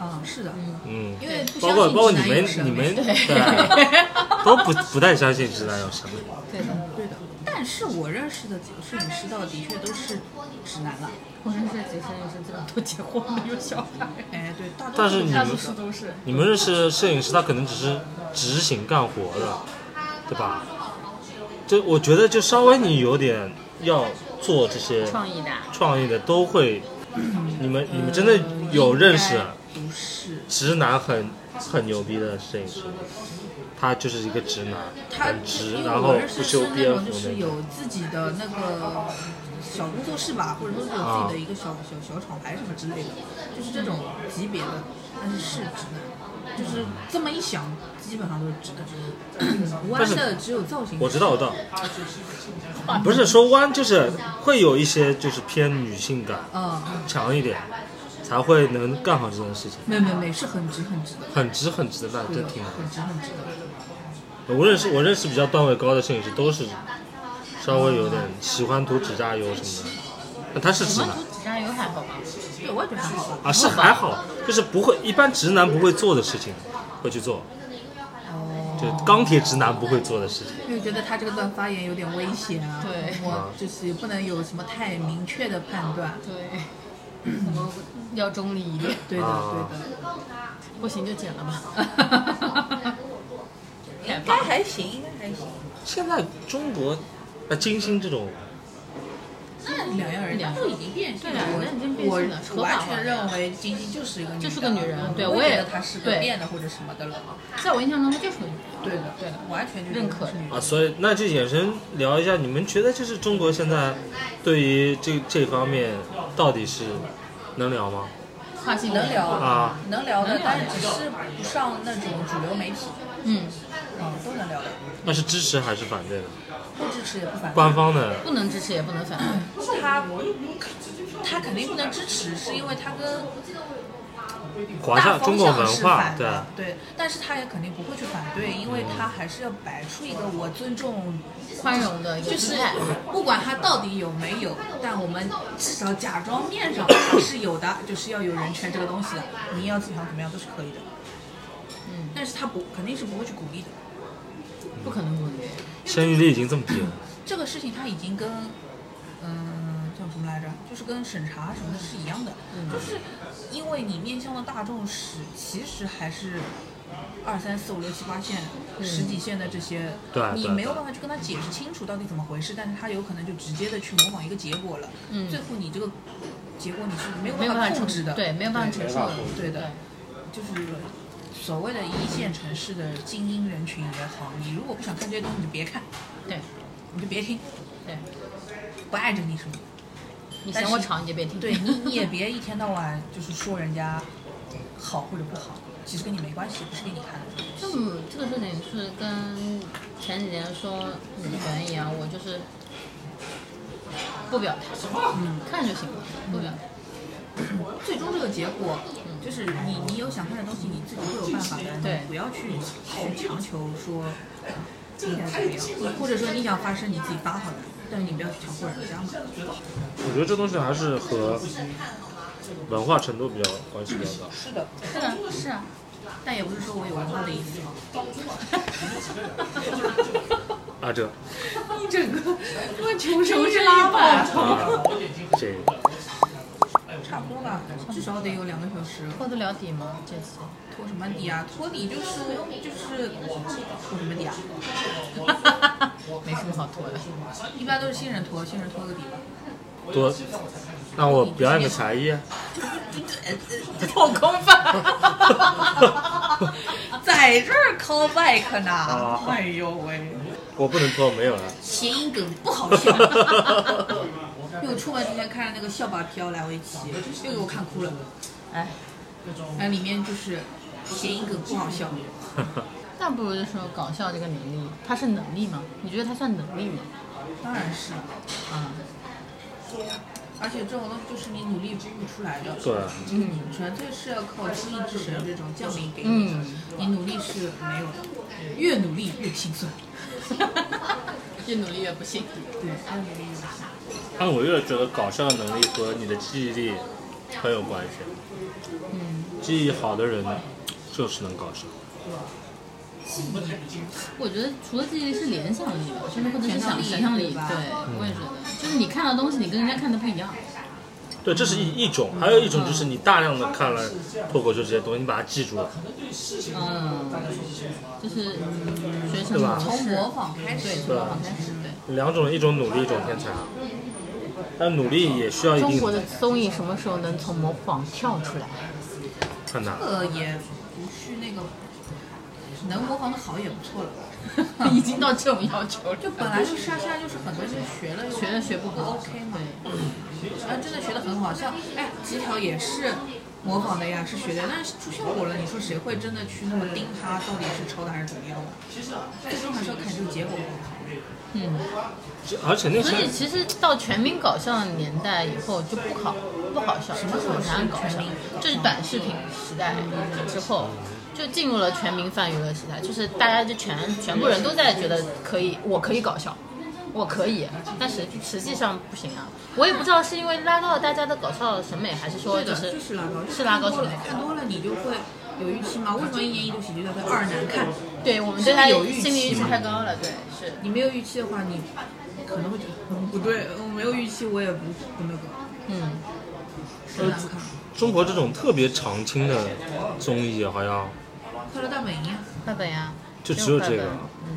[SPEAKER 2] 嗯，是的，
[SPEAKER 1] 嗯，
[SPEAKER 2] 因为不
[SPEAKER 1] 包
[SPEAKER 2] 相
[SPEAKER 1] 括
[SPEAKER 2] 信
[SPEAKER 1] 包括
[SPEAKER 2] 直
[SPEAKER 1] 你
[SPEAKER 2] 男有
[SPEAKER 1] 们
[SPEAKER 2] 审
[SPEAKER 1] 你
[SPEAKER 2] 美
[SPEAKER 1] 们
[SPEAKER 3] 对
[SPEAKER 1] 对，都不不太相信直男有审美。
[SPEAKER 3] 对的，
[SPEAKER 2] 对的。但是我认识的几个摄影师倒的确都是直男了。
[SPEAKER 3] 我认识的几个摄影师基本都结婚了，有小孩，
[SPEAKER 2] 哎，对，大多
[SPEAKER 1] 但
[SPEAKER 2] 数
[SPEAKER 1] 是你
[SPEAKER 3] 大
[SPEAKER 1] 们
[SPEAKER 3] 多数都是。
[SPEAKER 1] 你们认识摄影师，他可能只是执行干活的，对吧？就我觉得，就稍微你有点要做这些
[SPEAKER 3] 创意的啊，
[SPEAKER 1] 创意的，都会。你们
[SPEAKER 2] 嗯
[SPEAKER 1] 你们真的有认识
[SPEAKER 2] 不是
[SPEAKER 1] 直男很很牛逼的摄影师吗？他就是一个直男，
[SPEAKER 2] 他，
[SPEAKER 1] 很直，
[SPEAKER 2] 因为
[SPEAKER 1] 然后
[SPEAKER 2] 我认识
[SPEAKER 1] 不
[SPEAKER 2] 的是
[SPEAKER 1] 修
[SPEAKER 2] 那
[SPEAKER 1] 边
[SPEAKER 2] 种
[SPEAKER 1] 幅
[SPEAKER 2] 就是
[SPEAKER 1] 那种。
[SPEAKER 2] 有自己的那个小工作室吧，或者说是有自己的一个小小小厂牌什么之类的，就是这种级别的，但是是直男，就是这么一想，基本上都是直男。
[SPEAKER 1] 但
[SPEAKER 2] 弯
[SPEAKER 1] 是
[SPEAKER 2] 的只有造型，
[SPEAKER 1] 我知道，我知道， 不是说弯，就是会有一些就是偏女性感
[SPEAKER 2] 嗯，
[SPEAKER 1] 强一点，才会能干好这件事情。
[SPEAKER 2] 没没没，是很直很直的，
[SPEAKER 1] 很直很直的，那真挺好。
[SPEAKER 2] 很直很直的。
[SPEAKER 1] 我认识我认识比较段位高的摄影师，都是稍微有点喜欢涂指甲油什么的。那他是直
[SPEAKER 3] 我
[SPEAKER 1] 男
[SPEAKER 3] 们涂指甲油还好吧？
[SPEAKER 2] 对，我也觉得还好吧。
[SPEAKER 1] 啊，是还好，就是不会一般直男不会做的事情会去做，就钢铁直男不会做的事情。
[SPEAKER 2] 因为觉得他这个段发言有点危险啊，
[SPEAKER 3] 对
[SPEAKER 2] 我就是不能有什么太明确的判断。
[SPEAKER 3] 对，我们要中立一点，
[SPEAKER 2] 对的，
[SPEAKER 1] 啊
[SPEAKER 2] 对的。
[SPEAKER 3] 不行就剪了吧。
[SPEAKER 2] 应该还行，应该还行。
[SPEAKER 1] 现在中国啊，金星这种
[SPEAKER 2] 那两样人家都已经变性
[SPEAKER 3] 对两样人已经变性了
[SPEAKER 2] 我
[SPEAKER 3] 合
[SPEAKER 2] 我
[SPEAKER 3] 法
[SPEAKER 2] 完
[SPEAKER 3] 化
[SPEAKER 2] 全认为金星就是一个女的
[SPEAKER 3] 就是个女人对
[SPEAKER 2] 我
[SPEAKER 3] 我也
[SPEAKER 2] 觉得她是个
[SPEAKER 3] 对
[SPEAKER 2] 变的或者什么的了。
[SPEAKER 3] 在我印象中，他就是个女人。
[SPEAKER 2] 对的，
[SPEAKER 3] 对的
[SPEAKER 2] 完全就是
[SPEAKER 3] 认可的
[SPEAKER 2] 女的。
[SPEAKER 1] 啊，所以那就衍生聊一下，你们觉得就是中国现在对于这这方面到底是能聊吗？
[SPEAKER 3] 跨性别
[SPEAKER 2] 能聊
[SPEAKER 1] 啊，
[SPEAKER 2] 能聊的
[SPEAKER 3] 能，聊
[SPEAKER 2] 但是只是不上那种主流媒体，
[SPEAKER 3] 嗯，
[SPEAKER 2] 嗯，都能聊的，
[SPEAKER 1] 那是支持还是反对的？
[SPEAKER 2] 不支持也不反对。
[SPEAKER 1] 官方的
[SPEAKER 3] 不能支持也不能反对。
[SPEAKER 2] 他他肯定不能支持，是因为他跟
[SPEAKER 1] 华
[SPEAKER 2] 大
[SPEAKER 1] 夏中
[SPEAKER 2] 方
[SPEAKER 1] 国
[SPEAKER 2] 向
[SPEAKER 1] 文
[SPEAKER 2] 是
[SPEAKER 1] 化，
[SPEAKER 2] 反
[SPEAKER 1] 对啊
[SPEAKER 2] 的，对，但是他也肯定不会去反对，因为他还是要摆出一个我尊重
[SPEAKER 3] 宽容的一个
[SPEAKER 2] 就是
[SPEAKER 3] 姿态
[SPEAKER 2] 不管他到底有没有，但我们至少假装面上是有的，就是要有人权这个东西的，你要怎么样怎么样都是可以的。
[SPEAKER 3] 嗯，
[SPEAKER 2] 但是他不肯定是不会去鼓励的。
[SPEAKER 3] 不可能鼓励。
[SPEAKER 1] 生育率已经这么低了，
[SPEAKER 2] 这个事情他已经跟，嗯，叫什么来着？就是跟审查什么的是一样的，
[SPEAKER 3] 嗯
[SPEAKER 2] 就是因为你面向的大众是其实还是二三四五六七八线、
[SPEAKER 3] 嗯
[SPEAKER 2] 十几线的这些，
[SPEAKER 1] 对啊
[SPEAKER 2] 你
[SPEAKER 1] 对啊
[SPEAKER 2] 没有
[SPEAKER 1] 对啊
[SPEAKER 2] 办法去跟他解释清楚到底怎么回事，但是他有可能就直接的去模仿一个结果了，
[SPEAKER 3] 嗯
[SPEAKER 2] 最后你这个结果你是没有
[SPEAKER 3] 没有
[SPEAKER 2] 办
[SPEAKER 3] 办
[SPEAKER 2] 法
[SPEAKER 3] 法
[SPEAKER 2] 控制的，
[SPEAKER 3] 对，没有办法承受的，
[SPEAKER 2] 对的，就是所谓的一线城市的精英人群也好，你如果不想看这些东西，你就别看，
[SPEAKER 3] 对
[SPEAKER 2] 你就别听，
[SPEAKER 3] 对，
[SPEAKER 2] 不碍着你什么。
[SPEAKER 3] 你嫌我吵你就别听。
[SPEAKER 2] 对你，你也别一天到晚就是说人家好或者不好，其实跟你没关系，不是给你看的。
[SPEAKER 3] 这么这个事情是跟前几年说女权一样，我就是不表态，嗯，看就行了，不表态。
[SPEAKER 2] 最终这个结果，就是你你有想看的东西，你自己会有办法的，
[SPEAKER 3] 对
[SPEAKER 2] 你不要去去强求说应该怎么样，或者说你想发声你自己发好了，但是你不要去强迫人家嘛。
[SPEAKER 1] 我觉得这东西还是和文化程度比较关系比较大。
[SPEAKER 2] 是的，
[SPEAKER 3] 是啊，是啊，
[SPEAKER 2] 但也不是说我有文化的意思嘛。
[SPEAKER 1] 啊，这
[SPEAKER 2] 整个他妈穷
[SPEAKER 4] 求是拉满，
[SPEAKER 1] 啊，这个
[SPEAKER 2] 差不多吧，至少得有两个小时。
[SPEAKER 3] 破得了底吗？这次
[SPEAKER 2] 拖什么底啊？拖底就是就是拖什么底啊？
[SPEAKER 3] 没什么好拖的。
[SPEAKER 2] 一般都是新人拖，新人拖个底 吧。
[SPEAKER 1] 多让我表演个才艺啊，
[SPEAKER 4] 好空
[SPEAKER 1] 泛
[SPEAKER 2] 在这儿 call back 呢，
[SPEAKER 1] 啊
[SPEAKER 2] 哎呦喂，
[SPEAKER 1] 我不能脱，没 有了。啊
[SPEAKER 2] 谐音梗不好 笑。因为我出门之前看了那个《笑把飘来为棋》，又给我看哭了。
[SPEAKER 3] 哎，
[SPEAKER 2] 然后里面就是谐音梗不好笑，
[SPEAKER 3] 那不如就说搞笑这个能力，它是能力吗？你觉得它算能力吗？
[SPEAKER 2] 当然是，
[SPEAKER 3] 啊，
[SPEAKER 2] 而且这种东西就是你努力不出来的。
[SPEAKER 1] 对，
[SPEAKER 2] 嗯，纯粹是要靠精英之神这种降临给你的，
[SPEAKER 3] 嗯
[SPEAKER 2] 你努力是没有的，越努力越心酸。
[SPEAKER 3] 越努力越不幸。
[SPEAKER 2] 对，越努力越心
[SPEAKER 1] 但我越觉得搞笑的能力和你的记忆力很有关系。嗯，记忆好的人就是能搞笑。
[SPEAKER 3] 我觉得除了记忆力是联想力吧，甚至或者是想
[SPEAKER 2] 想
[SPEAKER 3] 想
[SPEAKER 2] 象
[SPEAKER 3] 象
[SPEAKER 2] 力
[SPEAKER 3] 力。
[SPEAKER 2] 对
[SPEAKER 3] 对
[SPEAKER 2] 吧，
[SPEAKER 3] 我也觉得，就是你看到东西，你跟人家看的不一样。
[SPEAKER 1] 对，这是一一种，还有一种就是你大量的看了脱口秀这些东西，你把它记住了。
[SPEAKER 3] 嗯，就是嗯学生
[SPEAKER 1] 对吧
[SPEAKER 3] 模
[SPEAKER 2] 从
[SPEAKER 3] 式
[SPEAKER 2] 模仿开始
[SPEAKER 3] 对，，从模仿开始，对。
[SPEAKER 1] 两种，一种努力，一种天才。但努力也需要一
[SPEAKER 4] 中
[SPEAKER 1] 定
[SPEAKER 4] 国的综艺什么时候能从模仿跳出来？
[SPEAKER 1] 很难
[SPEAKER 2] 这。个也不是那个能模仿的好也不错了。
[SPEAKER 3] 已经到这种要求了，就
[SPEAKER 2] 本来就是啊，现在就是很多就是学了又
[SPEAKER 3] 学了学不好
[SPEAKER 2] OK 嘛，然后真的学的很好，像哎几条也是模仿的呀，是学的，但是出效果了，你说谁会真的去那么盯他到底是抄的还是怎么样的？最终还是要看这个结果。
[SPEAKER 3] 嗯，
[SPEAKER 1] 而且那
[SPEAKER 3] 所以
[SPEAKER 1] 些
[SPEAKER 3] 其实到全民搞笑的年代以后就不好不好笑，什么时候难搞笑？就是短视频时代之后，就进入了全民泛娱乐时代，就是大家就全全部人都在觉得可以，我可以搞笑。我可以，但实实际上不行啊！我也不知道是因为拉高了大家的搞笑审美，还是说
[SPEAKER 2] 对的，
[SPEAKER 3] 是
[SPEAKER 2] 就是拉高，就是
[SPEAKER 3] 拉高
[SPEAKER 2] 看
[SPEAKER 3] 审
[SPEAKER 2] 多了
[SPEAKER 3] 美。
[SPEAKER 2] 看多了你就会有预期嘛。为什么一年一度喜剧大赛二难看？
[SPEAKER 3] 对我们对他
[SPEAKER 2] 是有预期
[SPEAKER 3] 心理预期
[SPEAKER 2] 嘛
[SPEAKER 3] 太高了，对，是。
[SPEAKER 2] 你没有预期的话，你可能会觉得嗯不对，我没有预期，我也不不那个，
[SPEAKER 3] 嗯，
[SPEAKER 2] 很难看。
[SPEAKER 1] 中国这种特别常青的综艺，好像
[SPEAKER 2] 快乐大本营啊，
[SPEAKER 3] 快本呀，
[SPEAKER 1] 就只有这个。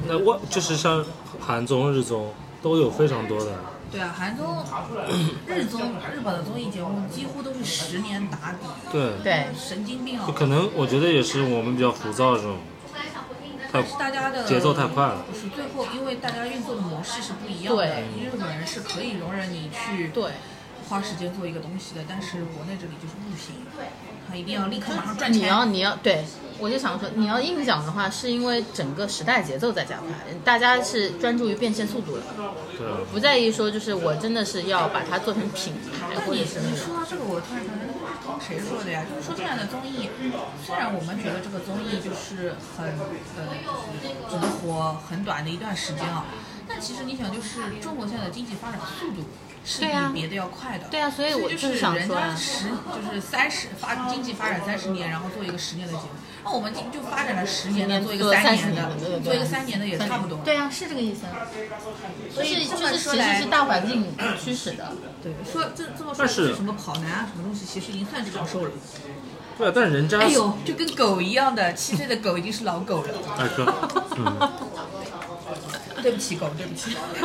[SPEAKER 1] 那我就是像韩综、日综都有非常多的。
[SPEAKER 2] 对啊，韩综、日综、日本的综艺节目几乎都是十年打底，
[SPEAKER 1] 对，
[SPEAKER 3] 对，
[SPEAKER 2] 神经病啊
[SPEAKER 1] 就！可能我觉得也是我们比较浮躁这种，太
[SPEAKER 2] 但是大家的
[SPEAKER 1] 节奏太快了
[SPEAKER 2] 不是最后，因为大家运作的模式是不一样的
[SPEAKER 3] 对。
[SPEAKER 2] 日本人是可以容忍你去
[SPEAKER 3] 对，
[SPEAKER 2] 花时间做一个东西的，但是国内这里就是不行，他一定要立刻马上赚
[SPEAKER 3] 你
[SPEAKER 2] 钱。
[SPEAKER 3] 要你要对，我就想说，你要硬讲的话，是因为整个时代节奏在加快，大家是专注于变现速度了，
[SPEAKER 1] 对，
[SPEAKER 3] 不在意说就是我真的是要把它做成品牌
[SPEAKER 2] 但
[SPEAKER 3] 哎或
[SPEAKER 2] 你
[SPEAKER 3] 者是那
[SPEAKER 2] 你说
[SPEAKER 3] 种。
[SPEAKER 2] 到这个，我突然想到，谁说的呀？就是说现在的综艺，虽然我们觉得这个综艺就是很呃只能火很短的一段时间啊，但其实你想，就是中国现在的经济发展速度是比
[SPEAKER 3] 对啊
[SPEAKER 2] 别的要快的。
[SPEAKER 3] 对啊所以我
[SPEAKER 2] 就
[SPEAKER 3] 就是是想
[SPEAKER 2] 人
[SPEAKER 3] 说
[SPEAKER 2] 家
[SPEAKER 3] 啊
[SPEAKER 2] 十就是三十发经济发展三十年，然后做一个十年的节目，那我们今就发展了十年的，做一个
[SPEAKER 3] 做
[SPEAKER 2] 三的
[SPEAKER 3] 30年的对对，对
[SPEAKER 2] 做一个三年的也差不多。
[SPEAKER 3] 对啊，是这个意思啊。
[SPEAKER 2] 所以这
[SPEAKER 3] 就是就
[SPEAKER 2] 么
[SPEAKER 3] 是
[SPEAKER 2] 说
[SPEAKER 3] 其实
[SPEAKER 2] 来
[SPEAKER 3] 是大环境驱使的。
[SPEAKER 2] 对，说这这么说，
[SPEAKER 1] 但是
[SPEAKER 2] 什么跑男啊，什么东西，其实已经算是长寿了。
[SPEAKER 1] 对，但人家
[SPEAKER 2] 哎呦，就跟狗一样的，七岁的狗已经是老狗了。
[SPEAKER 1] 哎哥，嗯，
[SPEAKER 2] 对不起，狗，对不起。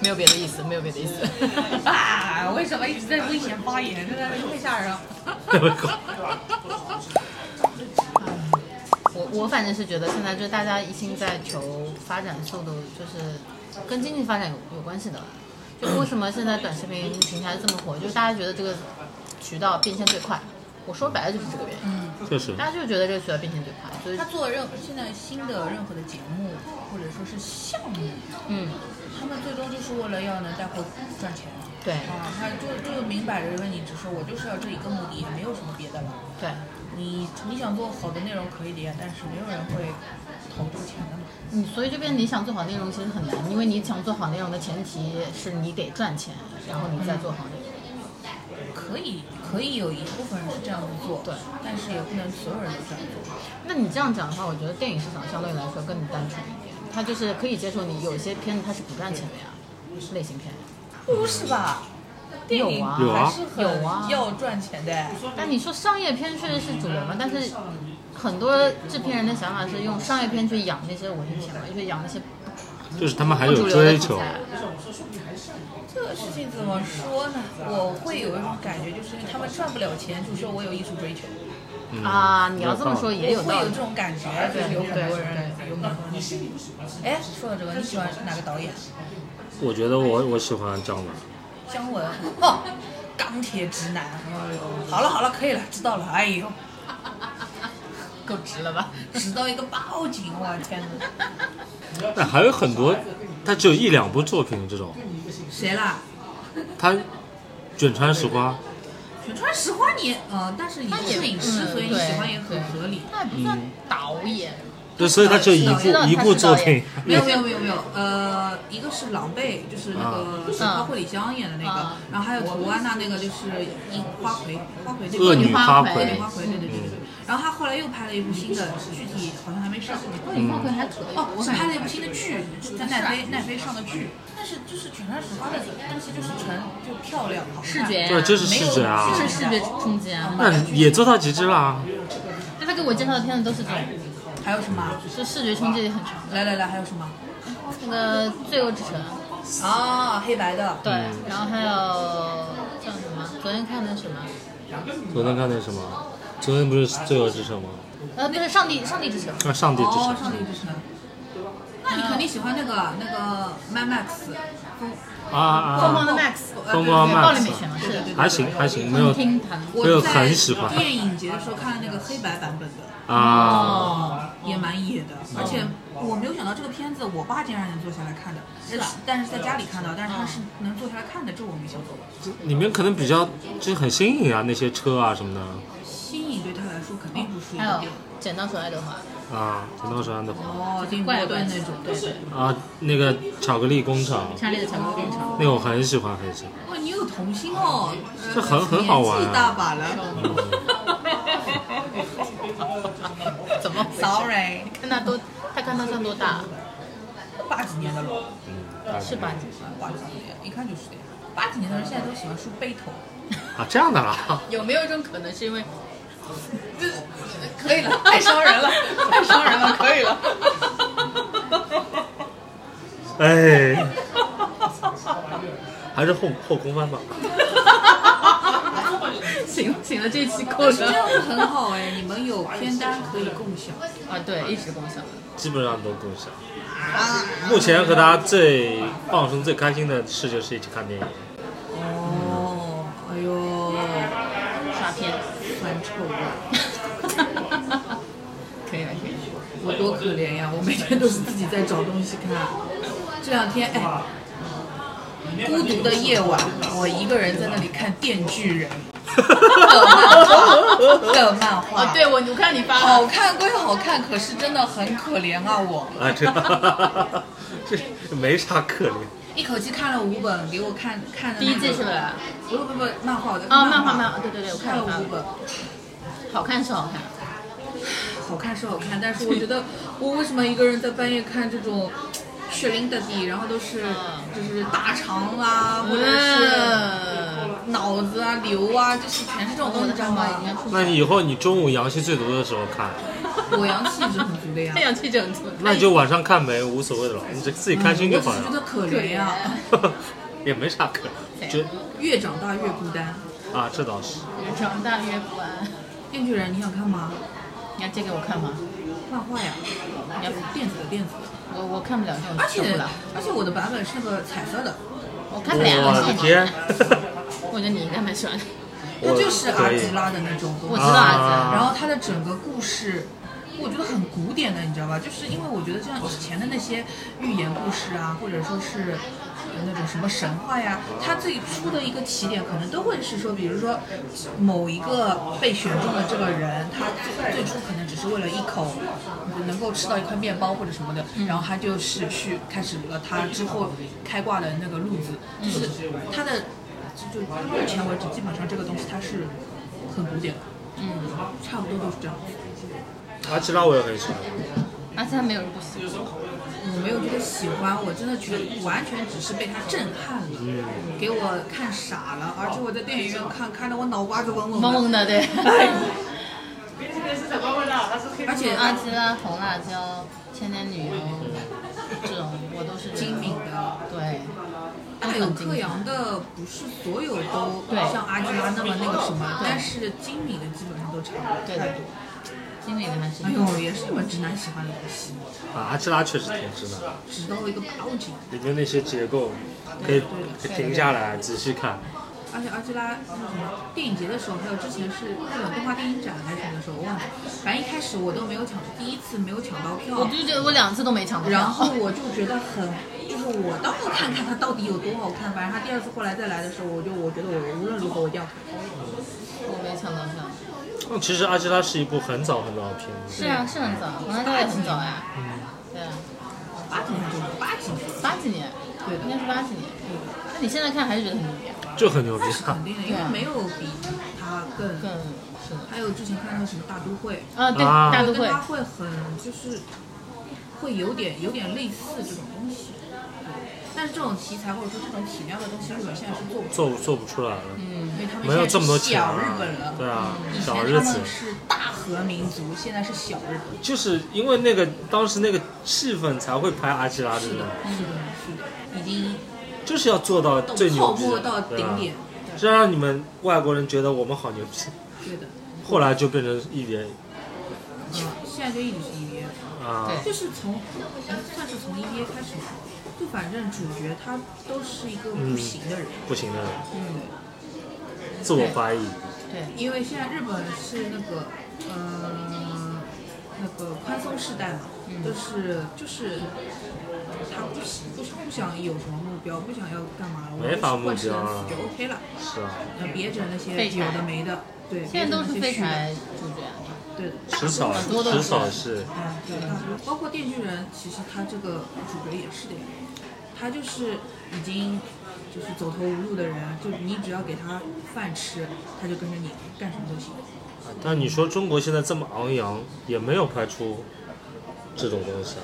[SPEAKER 4] 没有别的意思，没有别的意思。
[SPEAKER 2] 啊，为什么一直在危险发言？真的是太吓人了。
[SPEAKER 1] 那位狗
[SPEAKER 3] 我我反正是觉得现在就是大家一心在求发展速度，就是跟经济发展有有关系的。就为什么现在短视频平台这么火，就是大家觉得这个渠道变现最快。我说白了就是这个原因，
[SPEAKER 1] 确实，
[SPEAKER 3] 大家就觉得这个渠道变现最快，所以
[SPEAKER 2] 他做任现在新的任何的节目或者说是项目，
[SPEAKER 3] 嗯，
[SPEAKER 2] 他们最终就是为了要能带货赚钱。
[SPEAKER 3] 对
[SPEAKER 2] 啊，他就就明摆着问你，只说我就是要这一个目的，也没有什么别的了。
[SPEAKER 3] 对。
[SPEAKER 2] 你你想做好的内容可以的呀，但是没有人会投这个钱的嘛。
[SPEAKER 3] 你嗯所以这边你想做好内容其实很难，因为你想做好内容的前提是你得赚钱，然后你再做好内容。
[SPEAKER 2] 可以可以有一部分人是这样子做，
[SPEAKER 3] 对，
[SPEAKER 2] 但是也不能所有人都这样做。
[SPEAKER 3] 那你这样讲的话，我觉得电影市场相对来说更单纯一点，它就是可以接受你有些片子它是不赚钱的呀，类型片。
[SPEAKER 2] 不是吧？电影
[SPEAKER 3] 有啊
[SPEAKER 1] 有啊
[SPEAKER 2] 还是很
[SPEAKER 3] 有啊
[SPEAKER 2] 要赚钱的。
[SPEAKER 3] 但你说商业片确实是主流嘛，但是很多制片人的想法是用商业片去养那些文艺片嘛，就是养那些
[SPEAKER 1] 就是他们还
[SPEAKER 3] 不主
[SPEAKER 1] 有
[SPEAKER 3] 流的
[SPEAKER 1] 追
[SPEAKER 3] 题
[SPEAKER 1] 求，
[SPEAKER 3] 材。
[SPEAKER 2] 这个事情怎么说呢？我会有一种感觉，就是他们赚不了钱，就说我有艺术追求，
[SPEAKER 1] 嗯
[SPEAKER 3] 啊你要这么说也有
[SPEAKER 2] 我会
[SPEAKER 3] 道
[SPEAKER 2] 有
[SPEAKER 3] 理
[SPEAKER 2] 这种感觉，就是有很多人有很多人。哎，说到这个，你喜欢哪个导演？
[SPEAKER 1] 我觉得我我喜欢姜文，
[SPEAKER 2] 姜 文哦，钢铁直男。好了好了，可以了，知道了。哎呦，
[SPEAKER 3] 够直了吧？
[SPEAKER 2] 直到一个报警，我天哪！
[SPEAKER 1] 那还有很多，他只有一两部作品这种，
[SPEAKER 2] 谁啦？
[SPEAKER 1] 他卷川石花，
[SPEAKER 2] 全川石花你，呃，但是你是摄影师，
[SPEAKER 3] 嗯
[SPEAKER 2] 所以你喜欢也很合理。
[SPEAKER 3] 那也不算导演，
[SPEAKER 1] 对，所以他只有一
[SPEAKER 3] 我知道
[SPEAKER 1] 部
[SPEAKER 3] 他是
[SPEAKER 1] 一部作品，
[SPEAKER 2] 没有没有没有没有，呃，一个是狼狈，就是那个是包括李湘演的那个
[SPEAKER 3] 啊，
[SPEAKER 2] 然后还有涂安娜那个就是樱花魁，花魁这
[SPEAKER 1] 恶
[SPEAKER 2] 个
[SPEAKER 1] 女花
[SPEAKER 3] 花
[SPEAKER 1] 魁嗯
[SPEAKER 3] 魁
[SPEAKER 2] 对花魁，对对对对对。然后他后来又拍了一部新的，具体好像还没上。
[SPEAKER 3] 我李焕奎还可以，
[SPEAKER 2] 哦，
[SPEAKER 3] 我
[SPEAKER 1] 嗯
[SPEAKER 2] 是
[SPEAKER 3] 感
[SPEAKER 2] 拍了一
[SPEAKER 3] 觉
[SPEAKER 2] 部新的剧，就在奈飞奈飞上的剧，啊但是就是全川石花的东西就是纯就漂亮好看，
[SPEAKER 3] 视觉
[SPEAKER 1] 对，
[SPEAKER 3] 呀，
[SPEAKER 1] 这是视觉啊
[SPEAKER 3] 这，是视觉冲击啊。
[SPEAKER 1] 那也做到极致啦。
[SPEAKER 3] 那他给我介绍的片子都是这种，
[SPEAKER 2] 还有什么？
[SPEAKER 3] 是视觉冲击力很强。
[SPEAKER 2] 来来来，还有什么？
[SPEAKER 3] 那个《罪恶之城》，
[SPEAKER 2] 啊，黑白的。
[SPEAKER 3] 对，然后还有叫什么？昨天看的什么？
[SPEAKER 1] 昨天看那什么，昨天不是《罪恶之城》吗？
[SPEAKER 3] 呃，不是《上帝上帝之城》。
[SPEAKER 1] 啊，上帝之
[SPEAKER 2] 哦，
[SPEAKER 1] 城，
[SPEAKER 2] 上帝之城。那你肯定喜欢那个那个 Mad Max，疯
[SPEAKER 1] 啊啊
[SPEAKER 3] 疯
[SPEAKER 1] 啊
[SPEAKER 3] 狂的 Max，
[SPEAKER 2] 呃
[SPEAKER 1] 疯狂
[SPEAKER 2] 对对
[SPEAKER 3] 暴
[SPEAKER 1] Max
[SPEAKER 3] 力美学嘛，是的。
[SPEAKER 1] 啊，还行还行，没有
[SPEAKER 3] 听听谈
[SPEAKER 2] 对
[SPEAKER 1] 没有
[SPEAKER 2] 我在
[SPEAKER 1] 很喜欢
[SPEAKER 2] 电影节的时候看了那个黑白版本的，
[SPEAKER 1] 啊，
[SPEAKER 3] 哦，
[SPEAKER 2] 也蛮野的，而且我没有想到这个片子，我爸竟然能坐下来看的，是
[SPEAKER 3] 啊
[SPEAKER 2] 但是在家里看到，但
[SPEAKER 3] 嗯
[SPEAKER 2] 是他是能坐下来看的，这我没想到过。
[SPEAKER 1] 里面可能比较就是很新颖啊，那些车啊什么的
[SPEAKER 2] 新颖对他来说肯定不是一
[SPEAKER 3] 还
[SPEAKER 2] 个
[SPEAKER 3] 有
[SPEAKER 2] 电影。
[SPEAKER 3] 剪刀手爱德华，
[SPEAKER 1] 啊，剪刀手爱德华
[SPEAKER 2] 哦，金波
[SPEAKER 3] 怪怪
[SPEAKER 2] 顿
[SPEAKER 3] 的
[SPEAKER 2] 那种，
[SPEAKER 3] 对对。
[SPEAKER 1] 啊，那个巧克力工厂，
[SPEAKER 3] 查理的巧克力工厂，
[SPEAKER 1] 那个我很喜欢很喜欢。
[SPEAKER 2] 哇，你有童心哦，呃
[SPEAKER 1] 这很很好玩啊
[SPEAKER 2] 年纪大把了。
[SPEAKER 3] 怎么回事
[SPEAKER 2] Sorry，
[SPEAKER 3] 看他多，他看他算多大？
[SPEAKER 2] 八几年的了。
[SPEAKER 1] 嗯，
[SPEAKER 3] 是吧？
[SPEAKER 2] 八几年，一看就是的呀。八几年的人现在都喜欢梳背 头。
[SPEAKER 1] 啊，这样的啦，
[SPEAKER 3] 有没有一种可能是因为
[SPEAKER 2] 可以了，太伤哎人了，太伤人了，可以了。
[SPEAKER 1] 哎， 还是后后空翻吧。
[SPEAKER 3] 行了行了，这一期够
[SPEAKER 2] 但是这
[SPEAKER 3] 了
[SPEAKER 2] 样子很好哎，你们有片单可以共享。
[SPEAKER 3] 啊？对，一直共享。
[SPEAKER 1] 基本上都共享。目前和大家最放松、最开心的事就是一起看电影。
[SPEAKER 2] 哦，哎呦，
[SPEAKER 3] 刷片，
[SPEAKER 2] 酸臭味。 我多可怜呀！我每天都是自己在找东西看。这两天，哎，孤独的夜晚，我一个人在那里看《电锯人》的漫画。
[SPEAKER 4] 啊，对，我我看你发了，
[SPEAKER 2] 好看归好看，可是真的很可怜啊！我
[SPEAKER 1] 啊， 这这没啥可怜。
[SPEAKER 2] 一口气看了五本，给我看看的
[SPEAKER 3] 第一季是不是？啊，
[SPEAKER 2] 不不不，漫画我在看
[SPEAKER 3] 漫画漫画，对对对，我
[SPEAKER 2] 看
[SPEAKER 3] 看
[SPEAKER 2] 了
[SPEAKER 3] 了看
[SPEAKER 2] 五
[SPEAKER 3] 了，
[SPEAKER 2] 本，
[SPEAKER 3] 好看是好看，
[SPEAKER 2] 好看是好看，但是我觉 得我为什么一个人在半夜看这种血淋的地，然后都是就是大肠啊，或者是
[SPEAKER 3] 嗯，
[SPEAKER 2] 脑子啊、瘤啊，就是全是这种东西，你知道吗？
[SPEAKER 1] 那你以后你中午阳气最足的时候看，
[SPEAKER 2] 我阳气是很足的呀
[SPEAKER 3] 太。阳气整足，
[SPEAKER 1] 那你就晚上看呗，无所谓的了，你这自己开心就好
[SPEAKER 2] 我只是 觉得
[SPEAKER 1] 了，
[SPEAKER 2] 可怜呀、
[SPEAKER 1] 也没啥可怜。就
[SPEAKER 2] 越长大越孤单。
[SPEAKER 1] 啊，这倒是。
[SPEAKER 3] 越长哎大越不安。
[SPEAKER 2] 电锯人，你想看吗？
[SPEAKER 3] 你要借给我看吗？
[SPEAKER 2] 漫画呀，电子的电子的。
[SPEAKER 3] 我我看不了这种，
[SPEAKER 2] 而
[SPEAKER 3] 嗯受不
[SPEAKER 2] 且
[SPEAKER 3] 了，
[SPEAKER 2] 而且我的版本是那个彩色的，
[SPEAKER 3] 我
[SPEAKER 1] 我
[SPEAKER 3] 看不了。
[SPEAKER 1] 的天，
[SPEAKER 3] 我觉得你应该蛮喜 欢的。
[SPEAKER 2] 那
[SPEAKER 1] 我
[SPEAKER 2] 就是阿
[SPEAKER 1] 可以
[SPEAKER 2] 吉拉的那种东
[SPEAKER 3] 我
[SPEAKER 2] 西
[SPEAKER 3] 知。道啊，
[SPEAKER 2] 然后它的整个故事，我觉得很古典的，你知道吧？就是因为我觉得像以前的那些寓言故事啊，或者说是。呃那种什么神话呀，它最初的一个起点可能都会是说，比如说某一个被选中的这个人，他最最初可能只是为了一口能够吃到一块面包或者什么的，然后他就是去开始了他之后开挂的那个路子，就是他的就就目前为止基本上这个东西它是很古典的，差不多都是这样。
[SPEAKER 1] 阿基拉我也很喜欢。
[SPEAKER 3] 而且还没有人不喜 欢。
[SPEAKER 2] 我嗯没有觉得喜欢，我真的觉得完全只是被他震撼了，给我看傻了，而且我在电影院看，看得我脑瓜子嗡嗡
[SPEAKER 3] 萌萌
[SPEAKER 2] 的。
[SPEAKER 3] 的，对。
[SPEAKER 2] 而且
[SPEAKER 3] 阿
[SPEAKER 2] 啊，
[SPEAKER 3] 基拉、红辣椒、千年女优这种，我都是
[SPEAKER 2] 精明的，
[SPEAKER 3] 对，都
[SPEAKER 2] 大有
[SPEAKER 3] 很精
[SPEAKER 2] 克
[SPEAKER 3] 明。
[SPEAKER 2] 洋的不是所有都
[SPEAKER 3] 对
[SPEAKER 2] 像阿基拉那么那个什么，
[SPEAKER 3] 对
[SPEAKER 2] 但是精明的基本上都差不多
[SPEAKER 3] 对
[SPEAKER 2] 太
[SPEAKER 3] 的
[SPEAKER 2] 多。，
[SPEAKER 3] 精明的还是
[SPEAKER 2] 哎。呦，也是你们直男喜欢的东西，
[SPEAKER 1] 啊，阿基拉确实挺直的，
[SPEAKER 2] 直到一个爆炸。
[SPEAKER 1] 里面那些结构可以可以停下来仔细看。
[SPEAKER 2] 而且阿基拉那什么电影节的时候，还有之前是日本动画电影展还是什么的时候，我忘了。反正一开始我都没有抢，第一次没有抢到
[SPEAKER 3] 我
[SPEAKER 2] 票，
[SPEAKER 3] 就觉得我两次都没抢到票，
[SPEAKER 2] 然后我就觉得很，就是我倒要看看它到底有多好看。反正他第二次后来再来的时候，我就我觉得我无论如何我一定要看。
[SPEAKER 3] 我没抢到票。
[SPEAKER 1] 那其实阿基拉是一部很早很早的片子，
[SPEAKER 3] 是啊，是很早，红辣椒也很早呀。
[SPEAKER 1] 嗯
[SPEAKER 3] 对啊，
[SPEAKER 2] 八几年就有八几年，
[SPEAKER 3] 八几年，
[SPEAKER 2] 对
[SPEAKER 3] 应
[SPEAKER 2] 的，
[SPEAKER 3] 该是八几年。那你现在看还是觉得很牛逼，
[SPEAKER 1] 就很牛逼
[SPEAKER 2] 那是肯定的，因为没有比它更。
[SPEAKER 3] 更是的。
[SPEAKER 2] 还有之前看到什么大都会，
[SPEAKER 3] 啊，对，
[SPEAKER 1] 啊
[SPEAKER 3] 大都
[SPEAKER 2] 跟
[SPEAKER 3] 会
[SPEAKER 2] 它会很就是会有点有点类似这种东西。但是这种题材或者说这种体量的东西，日本现在是做不出来
[SPEAKER 1] 做做不出来了，
[SPEAKER 3] 嗯
[SPEAKER 2] 的，因为他们
[SPEAKER 1] 没有这么多
[SPEAKER 2] 现
[SPEAKER 1] 钱
[SPEAKER 2] 在是小日
[SPEAKER 1] 啊
[SPEAKER 2] 本了。。
[SPEAKER 1] 对啊，
[SPEAKER 2] 以前
[SPEAKER 1] 小
[SPEAKER 2] 他
[SPEAKER 1] 日子
[SPEAKER 2] 们。是大和民族，现在是小日本。
[SPEAKER 1] 就是因为那个当时那个气氛才会拍阿基拉这
[SPEAKER 2] 是
[SPEAKER 1] 种
[SPEAKER 2] 的，，是的，是
[SPEAKER 3] 嗯
[SPEAKER 2] 的，已经
[SPEAKER 1] 就是要做到最牛
[SPEAKER 2] 泡
[SPEAKER 1] 逼
[SPEAKER 2] 沫
[SPEAKER 1] 的，
[SPEAKER 2] 到
[SPEAKER 1] 对吧
[SPEAKER 2] 顶点。
[SPEAKER 1] 是要让你们外国人觉得我们好牛逼，
[SPEAKER 2] 对的，
[SPEAKER 1] 后来就变成 EVA
[SPEAKER 2] 嗯，现在就一直是 EVA，
[SPEAKER 1] 啊，
[SPEAKER 2] 就
[SPEAKER 3] 对
[SPEAKER 2] 是从哎算是从 EVA 开始吧，就反正主角他都是一个不行的人，
[SPEAKER 1] 不行的，
[SPEAKER 2] 嗯，
[SPEAKER 1] 自我怀疑，
[SPEAKER 3] 对，
[SPEAKER 2] 因为现在日本是那个，嗯，那个宽松世代嘛，
[SPEAKER 3] 嗯
[SPEAKER 2] 就是就是，他不喜不不想有什么目标，不想要干嘛了，我
[SPEAKER 1] 没法
[SPEAKER 2] 就是混吃
[SPEAKER 1] 目标
[SPEAKER 2] 等
[SPEAKER 1] 啊
[SPEAKER 2] 死就 OK 了，
[SPEAKER 1] 是啊，
[SPEAKER 2] 呃，别整那些
[SPEAKER 3] 废柴
[SPEAKER 2] 有的没的，对，
[SPEAKER 3] 现在都是
[SPEAKER 2] 别整那些虚的，
[SPEAKER 3] 废柴主角。
[SPEAKER 2] 对的。
[SPEAKER 1] 迟早
[SPEAKER 3] 很多都
[SPEAKER 1] 迟
[SPEAKER 3] 是
[SPEAKER 1] 早是
[SPEAKER 2] 啊，对的，包括电锯人，其实他这个主角也是的呀，他就是已经就是走投无路的人，就你只要给他饭吃，他就跟着你干什么都行。
[SPEAKER 1] 但你说中国现在这么昂扬，也没有拍出这种东西啊，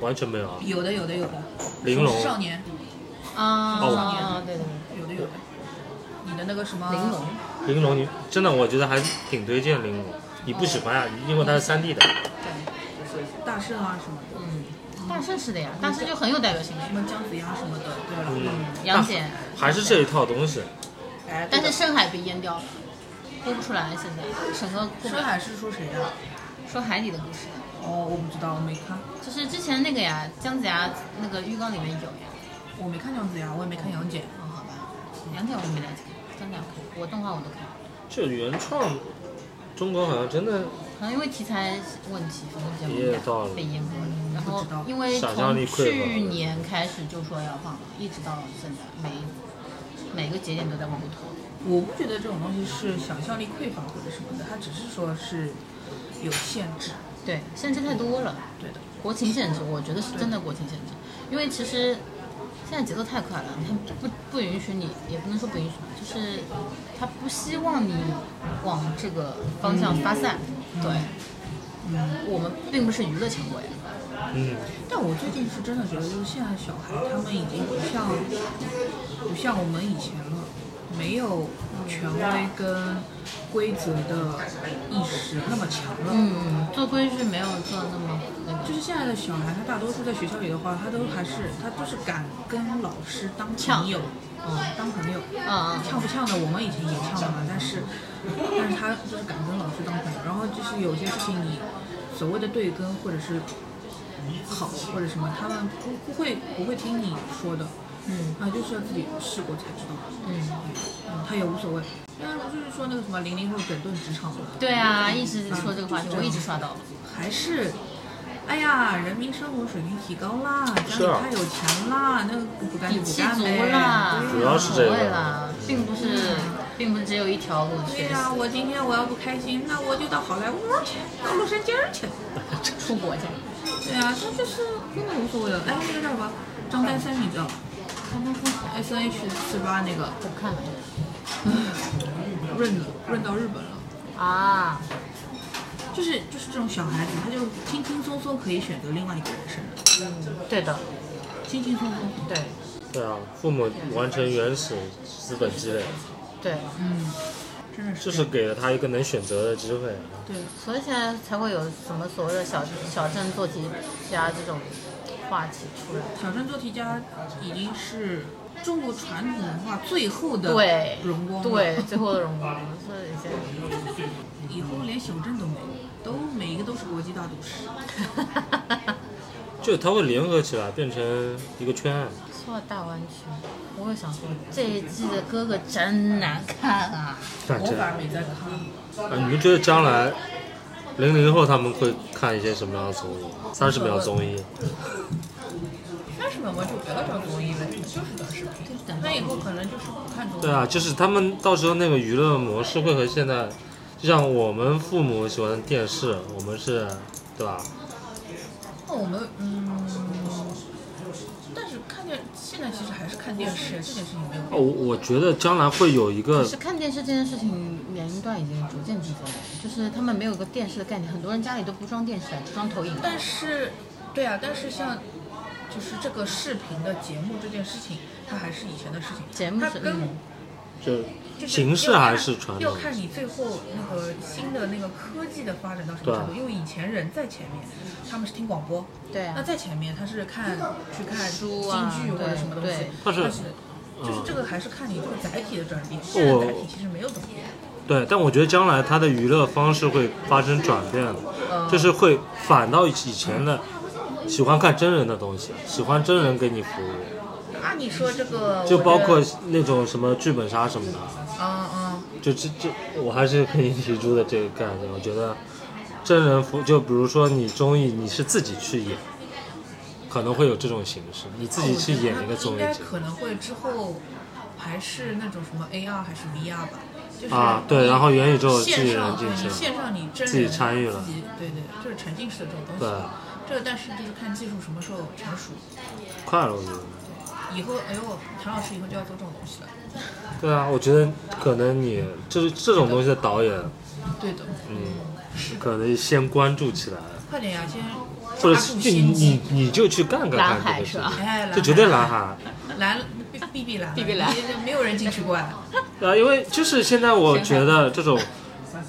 [SPEAKER 1] 完全没有啊。
[SPEAKER 2] 有的，有的，有的。
[SPEAKER 1] 玲珑
[SPEAKER 2] 重拾少年，
[SPEAKER 3] 啊，对对对。
[SPEAKER 2] 有的，有的。你的那个什么
[SPEAKER 3] 玲珑，
[SPEAKER 1] 玲珑，你真的我觉得还挺推荐玲珑。你不喜欢啊？因为它是三 D 的，
[SPEAKER 3] 对，
[SPEAKER 2] 大圣啊什么的，
[SPEAKER 3] 大圣是的
[SPEAKER 2] 嗯
[SPEAKER 3] 呀，大圣就很有代表性
[SPEAKER 2] 什么姜子牙什么的，对吧？
[SPEAKER 1] 嗯，
[SPEAKER 3] 杨戬，
[SPEAKER 1] 还是这一套东西。
[SPEAKER 2] 哎，
[SPEAKER 3] 但
[SPEAKER 2] 对
[SPEAKER 3] 是
[SPEAKER 2] 的
[SPEAKER 3] 深海被淹掉了，播不出来现在，整个过不
[SPEAKER 2] 深
[SPEAKER 3] 了。
[SPEAKER 2] 海是说谁啊？
[SPEAKER 3] 说海底的故事，
[SPEAKER 2] 哦，我不知道，我没看，
[SPEAKER 3] 就是之前那个呀，姜子牙那个浴缸里面有呀。
[SPEAKER 2] 我没看姜子牙，我也没看杨戬。
[SPEAKER 3] 哦，好吧，杨戬我没来看，姜子牙我看，我动画我都看。
[SPEAKER 1] 就原创，中国好像真的
[SPEAKER 3] 可能因为题材问题，很多节
[SPEAKER 1] 也有道
[SPEAKER 3] 目
[SPEAKER 1] 理
[SPEAKER 3] 被淹没了。然
[SPEAKER 2] 不
[SPEAKER 3] 后
[SPEAKER 2] 知道
[SPEAKER 3] 因为
[SPEAKER 1] 想象力
[SPEAKER 3] 从
[SPEAKER 1] 匮乏
[SPEAKER 3] 去年开始就说要放了，一直到现在，每每个节点都在往后拖。
[SPEAKER 2] 我不觉得这种东西是想象力匮乏或者什么的，它只是说是有限制。
[SPEAKER 3] 对，限制太多了。
[SPEAKER 2] 对的，
[SPEAKER 3] 国情限制，我觉得是真的国情限制，因为其实现在节奏太快了，他不不允许你，也不能说不允许吧，就是他不希望你往这个方向发散。
[SPEAKER 2] 嗯
[SPEAKER 3] 对，嗯我们并不是娱乐强国呀。
[SPEAKER 1] 嗯
[SPEAKER 2] 但我最近是真的觉得，就是现在小孩他们已经不像不像我们以前了，没有权威跟规则的意识那么强了。
[SPEAKER 3] 嗯，做规矩没有做那么那个
[SPEAKER 2] 就是现在的小孩，他大多数在学校里的话，他都还是他就是敢跟老师当
[SPEAKER 3] 呛
[SPEAKER 2] 朋友，
[SPEAKER 3] 嗯
[SPEAKER 2] 当朋友。
[SPEAKER 3] 嗯
[SPEAKER 2] 呛不呛的，我们以前也呛嘛，但是但是他就是敢跟老师当朋友，然后就是有些事情你所谓的对跟或者是好或者什么，他们不不会不会听你说的，
[SPEAKER 3] 嗯
[SPEAKER 2] 那就是要自己试过才知道，
[SPEAKER 3] 嗯，
[SPEAKER 2] 嗯，他也无所谓。但是不就是说那个什么零零后整顿职场嘛，
[SPEAKER 3] 对啊，一直说这个话题，我一直刷到了。
[SPEAKER 2] 还是，哎呀，人民生活水平提高啦，家
[SPEAKER 1] 是
[SPEAKER 2] 里
[SPEAKER 1] 啊
[SPEAKER 2] 太有钱啦，那个补干就
[SPEAKER 3] 底
[SPEAKER 2] 补
[SPEAKER 3] 气
[SPEAKER 2] 干
[SPEAKER 3] 足
[SPEAKER 2] 呗，
[SPEAKER 3] 啦，
[SPEAKER 1] 主要是这个
[SPEAKER 3] 无所谓啦，并不是，并不是只有一条路
[SPEAKER 2] 对
[SPEAKER 3] 去
[SPEAKER 2] 呀、我今天我要不开心，那我就到好莱坞去，到洛杉矶去。
[SPEAKER 3] 出国去。
[SPEAKER 2] 对啊，他就是真的无所谓的。哎，那个叫什么，张丹森，你知道吧？S N H 四八那个
[SPEAKER 3] 我看了
[SPEAKER 2] 润润到日本了，
[SPEAKER 3] 啊，
[SPEAKER 2] 就是就是这种小孩子，他就轻轻松松可以选择另外一个人生的，
[SPEAKER 3] 对的，
[SPEAKER 2] 轻轻松松。
[SPEAKER 3] 对
[SPEAKER 1] 对啊，父母完成原始资本积累，
[SPEAKER 3] 对，
[SPEAKER 2] 嗯，真的是
[SPEAKER 1] 就是给了他一个能选择的机会。
[SPEAKER 2] 对，
[SPEAKER 3] 所以现在才会有什么所谓的小小镇做题家这种话题出来。
[SPEAKER 2] 小镇做题家已经是中国传统文化最后的
[SPEAKER 3] 对，
[SPEAKER 2] 荣光了
[SPEAKER 3] 对，最后的荣光，所以现
[SPEAKER 2] 以后连小镇都没有，都每一个都是国际大都市。
[SPEAKER 3] 在，
[SPEAKER 1] 就它会联合起来变成一个圈，
[SPEAKER 3] 说到大湾区，我又想说这一季的哥哥真难看啊！
[SPEAKER 1] 反
[SPEAKER 2] 我
[SPEAKER 1] 正
[SPEAKER 2] 反而没在看，
[SPEAKER 1] 啊，你们觉得将来零零后他们会看一些什么样的综艺？三十秒综艺，
[SPEAKER 4] 三十秒嘛，就不要找综艺了，就是短视频。
[SPEAKER 2] 那以后可能就是不看中
[SPEAKER 1] 对啊，就是他们到时候那个娱乐模式会和现在，就像我们父母喜欢电视，我们是，对吧？
[SPEAKER 2] 那我们嗯，但是看电现在其实还是看电视，这件事情没有
[SPEAKER 1] 哦，我我觉得将来会有一个
[SPEAKER 3] 可是看电视这件事情，年龄段已经逐渐提高了，就是他们没有一个电视的概念，很多人家里都不装电视，只装投影。
[SPEAKER 2] 但是，对啊，但是像就是这个视频的节目这件事情，它还是以前的事情，
[SPEAKER 3] 节目
[SPEAKER 2] 它
[SPEAKER 3] 是
[SPEAKER 2] 跟
[SPEAKER 3] 嗯
[SPEAKER 1] 就
[SPEAKER 2] 就是
[SPEAKER 1] 形式
[SPEAKER 2] 要看
[SPEAKER 1] 还是传
[SPEAKER 2] 要
[SPEAKER 1] 统的，
[SPEAKER 2] 看你最后那个新的那个科技的发展到什么程度，
[SPEAKER 1] 对啊
[SPEAKER 2] 因为以前人在前面，他们是听广播，
[SPEAKER 3] 对啊
[SPEAKER 2] 那，在前面他是看去看
[SPEAKER 3] 书啊
[SPEAKER 2] 京剧或者
[SPEAKER 3] 对
[SPEAKER 2] 什么东西
[SPEAKER 3] 对，
[SPEAKER 1] 但是嗯
[SPEAKER 2] 就是这个还是看你这个载体的转变，现在
[SPEAKER 1] 我
[SPEAKER 2] 载体其实没有怎么变。
[SPEAKER 1] 对，但我觉得将来它的娱乐方式会发生转变的，
[SPEAKER 2] 嗯
[SPEAKER 1] 就是会反到以前的喜欢看真人的东西，喜欢真人给你服务，
[SPEAKER 2] 那你说这个，
[SPEAKER 1] 就
[SPEAKER 2] 我
[SPEAKER 1] 包
[SPEAKER 2] 这
[SPEAKER 1] 括那种什么剧本杀什么的，
[SPEAKER 2] 嗯嗯，
[SPEAKER 1] 就这这，我还是可以提出的这个概念。我觉得真人服，就比如说你综艺，你是自己去演，可能会有这种形式，你自
[SPEAKER 2] 哦
[SPEAKER 1] 己去演一个综
[SPEAKER 2] 应
[SPEAKER 1] 艺
[SPEAKER 2] 该
[SPEAKER 1] 节目
[SPEAKER 2] 可能会之后还是那种什么 AR 还是 VR 吧，就是
[SPEAKER 1] 啊，对，然后元宇宙自己
[SPEAKER 2] 线上
[SPEAKER 1] 人进
[SPEAKER 2] 对
[SPEAKER 1] 去
[SPEAKER 2] 你，线上你真人
[SPEAKER 1] 自己参与了
[SPEAKER 2] 自己对对，就是沉浸式的这种东西。
[SPEAKER 1] 对，
[SPEAKER 2] 这个但是就是看技术什么时候成熟，
[SPEAKER 1] 快了，我觉得。
[SPEAKER 2] 以后哎呦，谭老师以后就要做这种东西了。
[SPEAKER 1] 对啊，我觉得可能你这这种东西的导演，
[SPEAKER 2] 对的，
[SPEAKER 1] 嗯，可能先关注起来，
[SPEAKER 2] 快点呀，先
[SPEAKER 1] 或者
[SPEAKER 2] 抓
[SPEAKER 1] 是
[SPEAKER 2] 住
[SPEAKER 1] 就你
[SPEAKER 2] 先机。
[SPEAKER 1] 你你就去干干
[SPEAKER 3] 蓝
[SPEAKER 1] 看
[SPEAKER 3] 海
[SPEAKER 1] 这个事
[SPEAKER 3] 是吧
[SPEAKER 1] 情，
[SPEAKER 2] 哎，
[SPEAKER 1] 就绝对蓝 海。
[SPEAKER 2] 蓝必必必蓝，
[SPEAKER 4] 必必蓝，
[SPEAKER 2] 没有人进去过啊。
[SPEAKER 1] 啊，因为就是现在，我觉得这种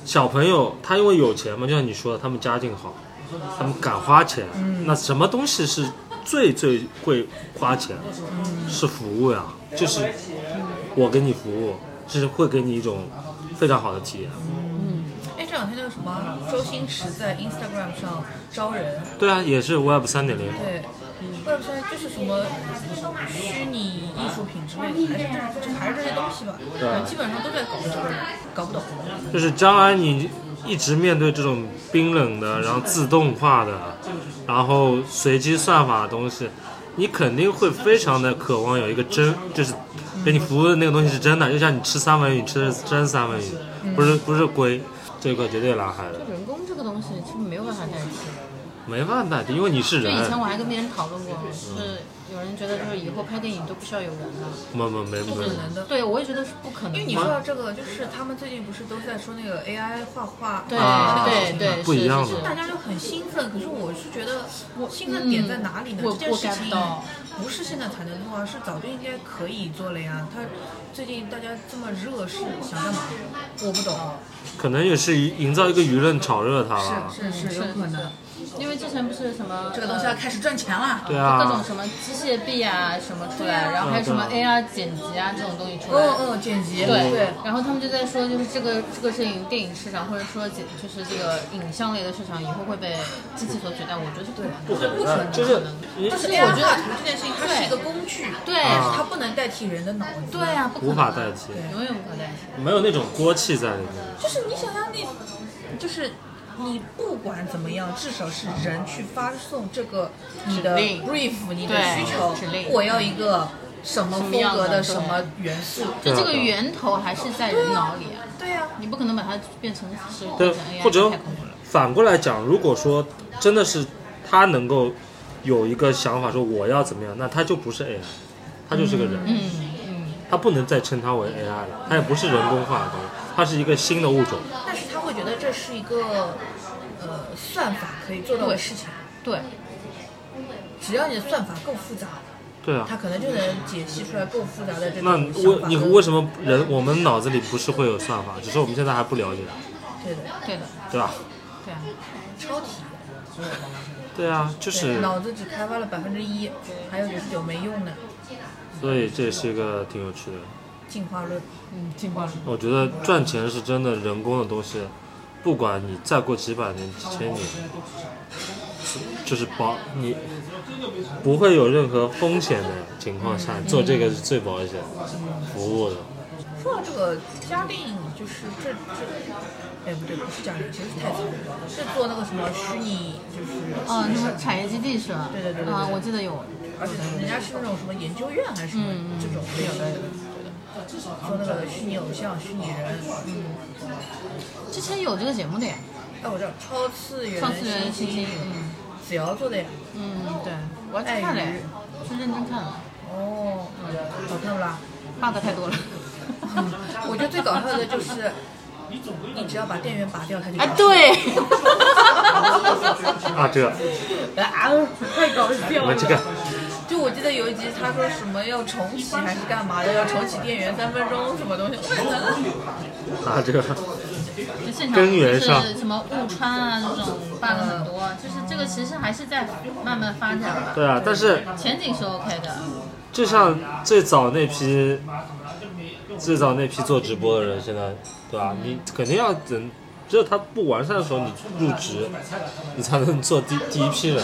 [SPEAKER 1] 小朋友，他因为有钱嘛，就像你说的，他们家境好，他们敢花钱。
[SPEAKER 3] 嗯
[SPEAKER 1] 那什么东西是最最会花钱的？
[SPEAKER 3] 嗯
[SPEAKER 1] 是服务呀，就是我给你服务，就是会给你一种非常好的体验。
[SPEAKER 2] 哎，这两天那个什么周星驰在 Instagram 上招人，
[SPEAKER 1] 对啊，也是 Web 三点零。
[SPEAKER 2] 对，或者说就是什么虚拟艺术品之类的，还是这还是这些东西吧，
[SPEAKER 1] 对
[SPEAKER 2] 基本上都在搞这个，搞不懂。
[SPEAKER 1] 就是将来你一直面对这种冰冷的，然后自动化的，然后随机算法的东西，你肯定会非常的渴望有一个真，就是给你服务的那个东西是真的，就像你吃三文鱼，你吃的是真三文鱼，不是不是龟，这个绝对拉黑了，
[SPEAKER 3] 人工这个东西其实没有办法代替。
[SPEAKER 1] 没办法的，因为你是
[SPEAKER 3] 就以前
[SPEAKER 1] 人，
[SPEAKER 3] 我还跟别人讨论过，是有人觉得就是以后拍电影都不需要有人了。
[SPEAKER 1] 没没没
[SPEAKER 2] 不
[SPEAKER 1] 没
[SPEAKER 2] 可，能的。
[SPEAKER 3] 对，我也觉得是不可能的。
[SPEAKER 2] 因为你说到这个，就是他们最近不是都在说那个 AI 画画，
[SPEAKER 3] 对
[SPEAKER 1] 啊
[SPEAKER 3] 对对，
[SPEAKER 1] 不一样的
[SPEAKER 3] 是是是
[SPEAKER 2] 大家就很兴奋，可是我是觉得兴奋点在哪里呢？
[SPEAKER 3] 嗯我
[SPEAKER 2] 这件事
[SPEAKER 3] 我 get
[SPEAKER 2] 情
[SPEAKER 3] 不到
[SPEAKER 2] 不是现在才能做啊，是早就应该可以做了呀。他最近大家这么热，是想干嘛？我不懂，
[SPEAKER 1] 可能也是营造一个舆论炒热它吧，
[SPEAKER 2] 是是是有可能，
[SPEAKER 3] 因为之前不是什么呃
[SPEAKER 2] 这个东
[SPEAKER 1] 啊
[SPEAKER 2] 西要开始赚钱了。
[SPEAKER 1] 对
[SPEAKER 3] 各种
[SPEAKER 1] 啊，
[SPEAKER 3] 什么机械臂啊什么出来，然后还有什么 AR 剪辑啊这种东西出来。
[SPEAKER 2] 嗯嗯，剪辑
[SPEAKER 3] 对，然后他们就在说，就是这个这个摄影电影市场，或者说剪就是这个影像类的市场，以后会被机器所取代，我觉得是不可能的。
[SPEAKER 1] 可能就是你
[SPEAKER 2] 但是
[SPEAKER 3] 是
[SPEAKER 2] AI
[SPEAKER 3] 我觉得
[SPEAKER 2] 画图这件事情，它是一个工具，
[SPEAKER 3] 对，
[SPEAKER 1] 啊
[SPEAKER 2] 它不能代替人的脑子。
[SPEAKER 3] 对啊，不可能
[SPEAKER 1] 无法代替
[SPEAKER 3] 永远无法代替。
[SPEAKER 1] 没有那种锅气在里面。
[SPEAKER 2] 就是你想想你，就是你不管怎么样，至少是人去发送这个你的
[SPEAKER 3] 指令
[SPEAKER 2] brief，你的
[SPEAKER 3] 对
[SPEAKER 2] 需求
[SPEAKER 3] 指令，
[SPEAKER 2] 我要一个什么风格的什么元素。
[SPEAKER 1] 对
[SPEAKER 3] 就
[SPEAKER 1] 啊
[SPEAKER 3] 这个源头还是在人脑里啊，
[SPEAKER 2] 对呀、
[SPEAKER 3] 你不可能把它变成是
[SPEAKER 1] 对
[SPEAKER 3] 变成 AI，
[SPEAKER 1] 或者
[SPEAKER 3] 太恐怖了。
[SPEAKER 1] 反过来讲，如果说真的是他能够有一个想法说我要怎么样，那他就不是 AI，他就是个人，
[SPEAKER 3] 嗯嗯，
[SPEAKER 1] 他不能再称他为 AI 了，他也不是人工化的东西，他是一个新的物种。
[SPEAKER 2] 但是他会觉得这是一个呃算法可以做到的事情，
[SPEAKER 3] 对，啊
[SPEAKER 2] 只要你的算法够复杂，
[SPEAKER 1] 对啊，
[SPEAKER 2] 他可能就能解析出来够复杂的这
[SPEAKER 1] 那
[SPEAKER 2] 种想
[SPEAKER 1] 为
[SPEAKER 2] 法。
[SPEAKER 1] 你为什么人我们脑子里不是会有算法，只是我们现在还不了解，
[SPEAKER 2] 对的，
[SPEAKER 3] 对的，
[SPEAKER 1] 对吧？
[SPEAKER 3] 对啊，
[SPEAKER 2] 超体。
[SPEAKER 1] 对啊，就是，
[SPEAKER 2] 脑子只开发了百分之一，还有九十九没用呢。
[SPEAKER 1] 所以这也是一个挺有趣的。
[SPEAKER 2] 进化论，
[SPEAKER 3] 嗯，进化了。
[SPEAKER 1] 我觉得赚钱是真的，人工的东西，不管你再过几百年、几千年，就是保你不会有任何风险的情况下，
[SPEAKER 3] 嗯
[SPEAKER 1] 做这个是最保险服务的。
[SPEAKER 2] 说到这个嘉定，就是这这，哎不对，不是嘉定，其实是太子，是做那个什么虚拟，就是
[SPEAKER 3] 哦，那个产业基地是吧？
[SPEAKER 2] 对对对对对
[SPEAKER 3] 啊，我记得有。
[SPEAKER 2] 而且呃人家是那种什么研究院还是什么这种类型的，对的，做那个虚拟偶像、虚拟呃人，
[SPEAKER 3] 之前有这个节目的呀，
[SPEAKER 2] 哎我知道超次元呃
[SPEAKER 3] 创次元
[SPEAKER 2] 新
[SPEAKER 3] 信
[SPEAKER 2] 星
[SPEAKER 3] 息，嗯
[SPEAKER 2] 子瑶做的呀，呃
[SPEAKER 3] 嗯，对，哎我还去看了呀
[SPEAKER 2] 爱鱼，
[SPEAKER 3] 是认真看了
[SPEAKER 2] 哦，好看不啦？
[SPEAKER 3] ，bug 太多了。
[SPEAKER 2] 嗯我觉得最搞笑的就是，你只要把电源拔掉，它就
[SPEAKER 3] 哎，对，
[SPEAKER 1] 啊，这个
[SPEAKER 2] 啊，太搞笑
[SPEAKER 1] 我们这个
[SPEAKER 2] 就我记得有一集他说什么要重启还是干嘛的，要重启电源三分钟什么东西，我
[SPEAKER 1] 啊，这个
[SPEAKER 3] 就 现场
[SPEAKER 1] 根源上
[SPEAKER 3] 就是什么误穿啊这种 bug 很多，就是这个其实还是在慢慢发展吧。
[SPEAKER 1] 对啊，但是
[SPEAKER 3] 前景是 OK 的，
[SPEAKER 1] 就像最早那批，最早那批做直播的人，现在对吧？你肯定要等，只有他不完善的时候，你入职，你才能做第第一批人。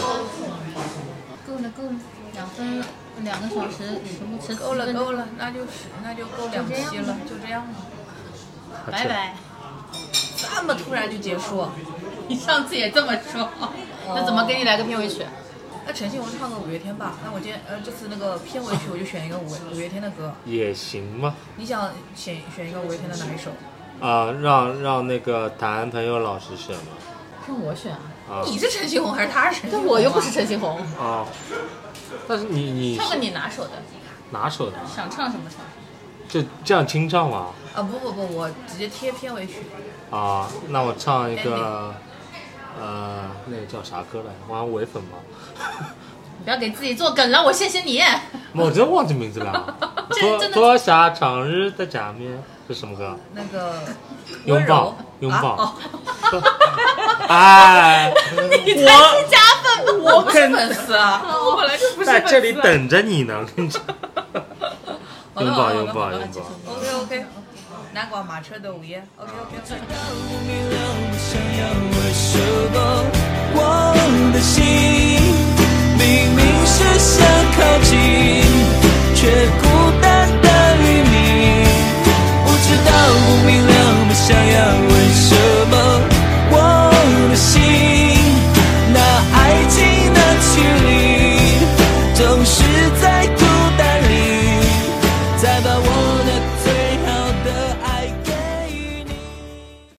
[SPEAKER 3] 够了够了，两分两个小时，全部吃
[SPEAKER 2] 够了够了，那就是那就够两期了，就这样吧。
[SPEAKER 1] 啊
[SPEAKER 3] 拜
[SPEAKER 1] 这
[SPEAKER 3] 拜。
[SPEAKER 2] 这么突然就结束，啊
[SPEAKER 3] 你上次也这么说，那怎么给你来个片尾曲？
[SPEAKER 2] 那陈信文唱个五月天吧。那我今天呃这次那个片尾曲我就选一个五五月天的歌，
[SPEAKER 1] 也行吧。
[SPEAKER 2] 你想选选一个五月天的哪一首？
[SPEAKER 1] 啊、让让那个谈朋友老师选吧。
[SPEAKER 3] 让我选啊，嗯
[SPEAKER 1] 啊
[SPEAKER 2] 你是陈信宏还是他是陈信
[SPEAKER 3] 但
[SPEAKER 2] 宏？
[SPEAKER 3] 我又不是。陈星红，
[SPEAKER 1] 啊，但是你你
[SPEAKER 3] 唱个你拿手的，
[SPEAKER 1] 拿手的，
[SPEAKER 3] 想唱什么唱。
[SPEAKER 1] 就这样清唱吗？
[SPEAKER 2] 啊不不不，我直接贴片尾曲，
[SPEAKER 1] 啊，那我唱一个，呃，那个叫啥歌来？我好像伪粉吗？
[SPEAKER 3] 你不要给自己做梗了，我谢谢你。
[SPEAKER 1] 我真忘记名字了。
[SPEAKER 3] 这
[SPEAKER 1] 脱
[SPEAKER 3] 真的
[SPEAKER 1] 脱下长日的假面，这什么歌？
[SPEAKER 2] 那个温
[SPEAKER 1] 拥
[SPEAKER 2] 柔
[SPEAKER 1] 抱，拥抱。
[SPEAKER 2] 啊
[SPEAKER 1] 哎，
[SPEAKER 3] 哦 你才是加分吧？
[SPEAKER 2] 哦，我不是粉丝啊，我本来就不是
[SPEAKER 1] 在
[SPEAKER 2] 粉丝。
[SPEAKER 1] 这里等着你呢，跟你讲。
[SPEAKER 2] 好的
[SPEAKER 1] 拥
[SPEAKER 2] 好
[SPEAKER 1] 抱，拥抱，
[SPEAKER 2] 的 好的
[SPEAKER 1] 拥抱。
[SPEAKER 2] OK OK，南广马车的午夜，OK OK OK。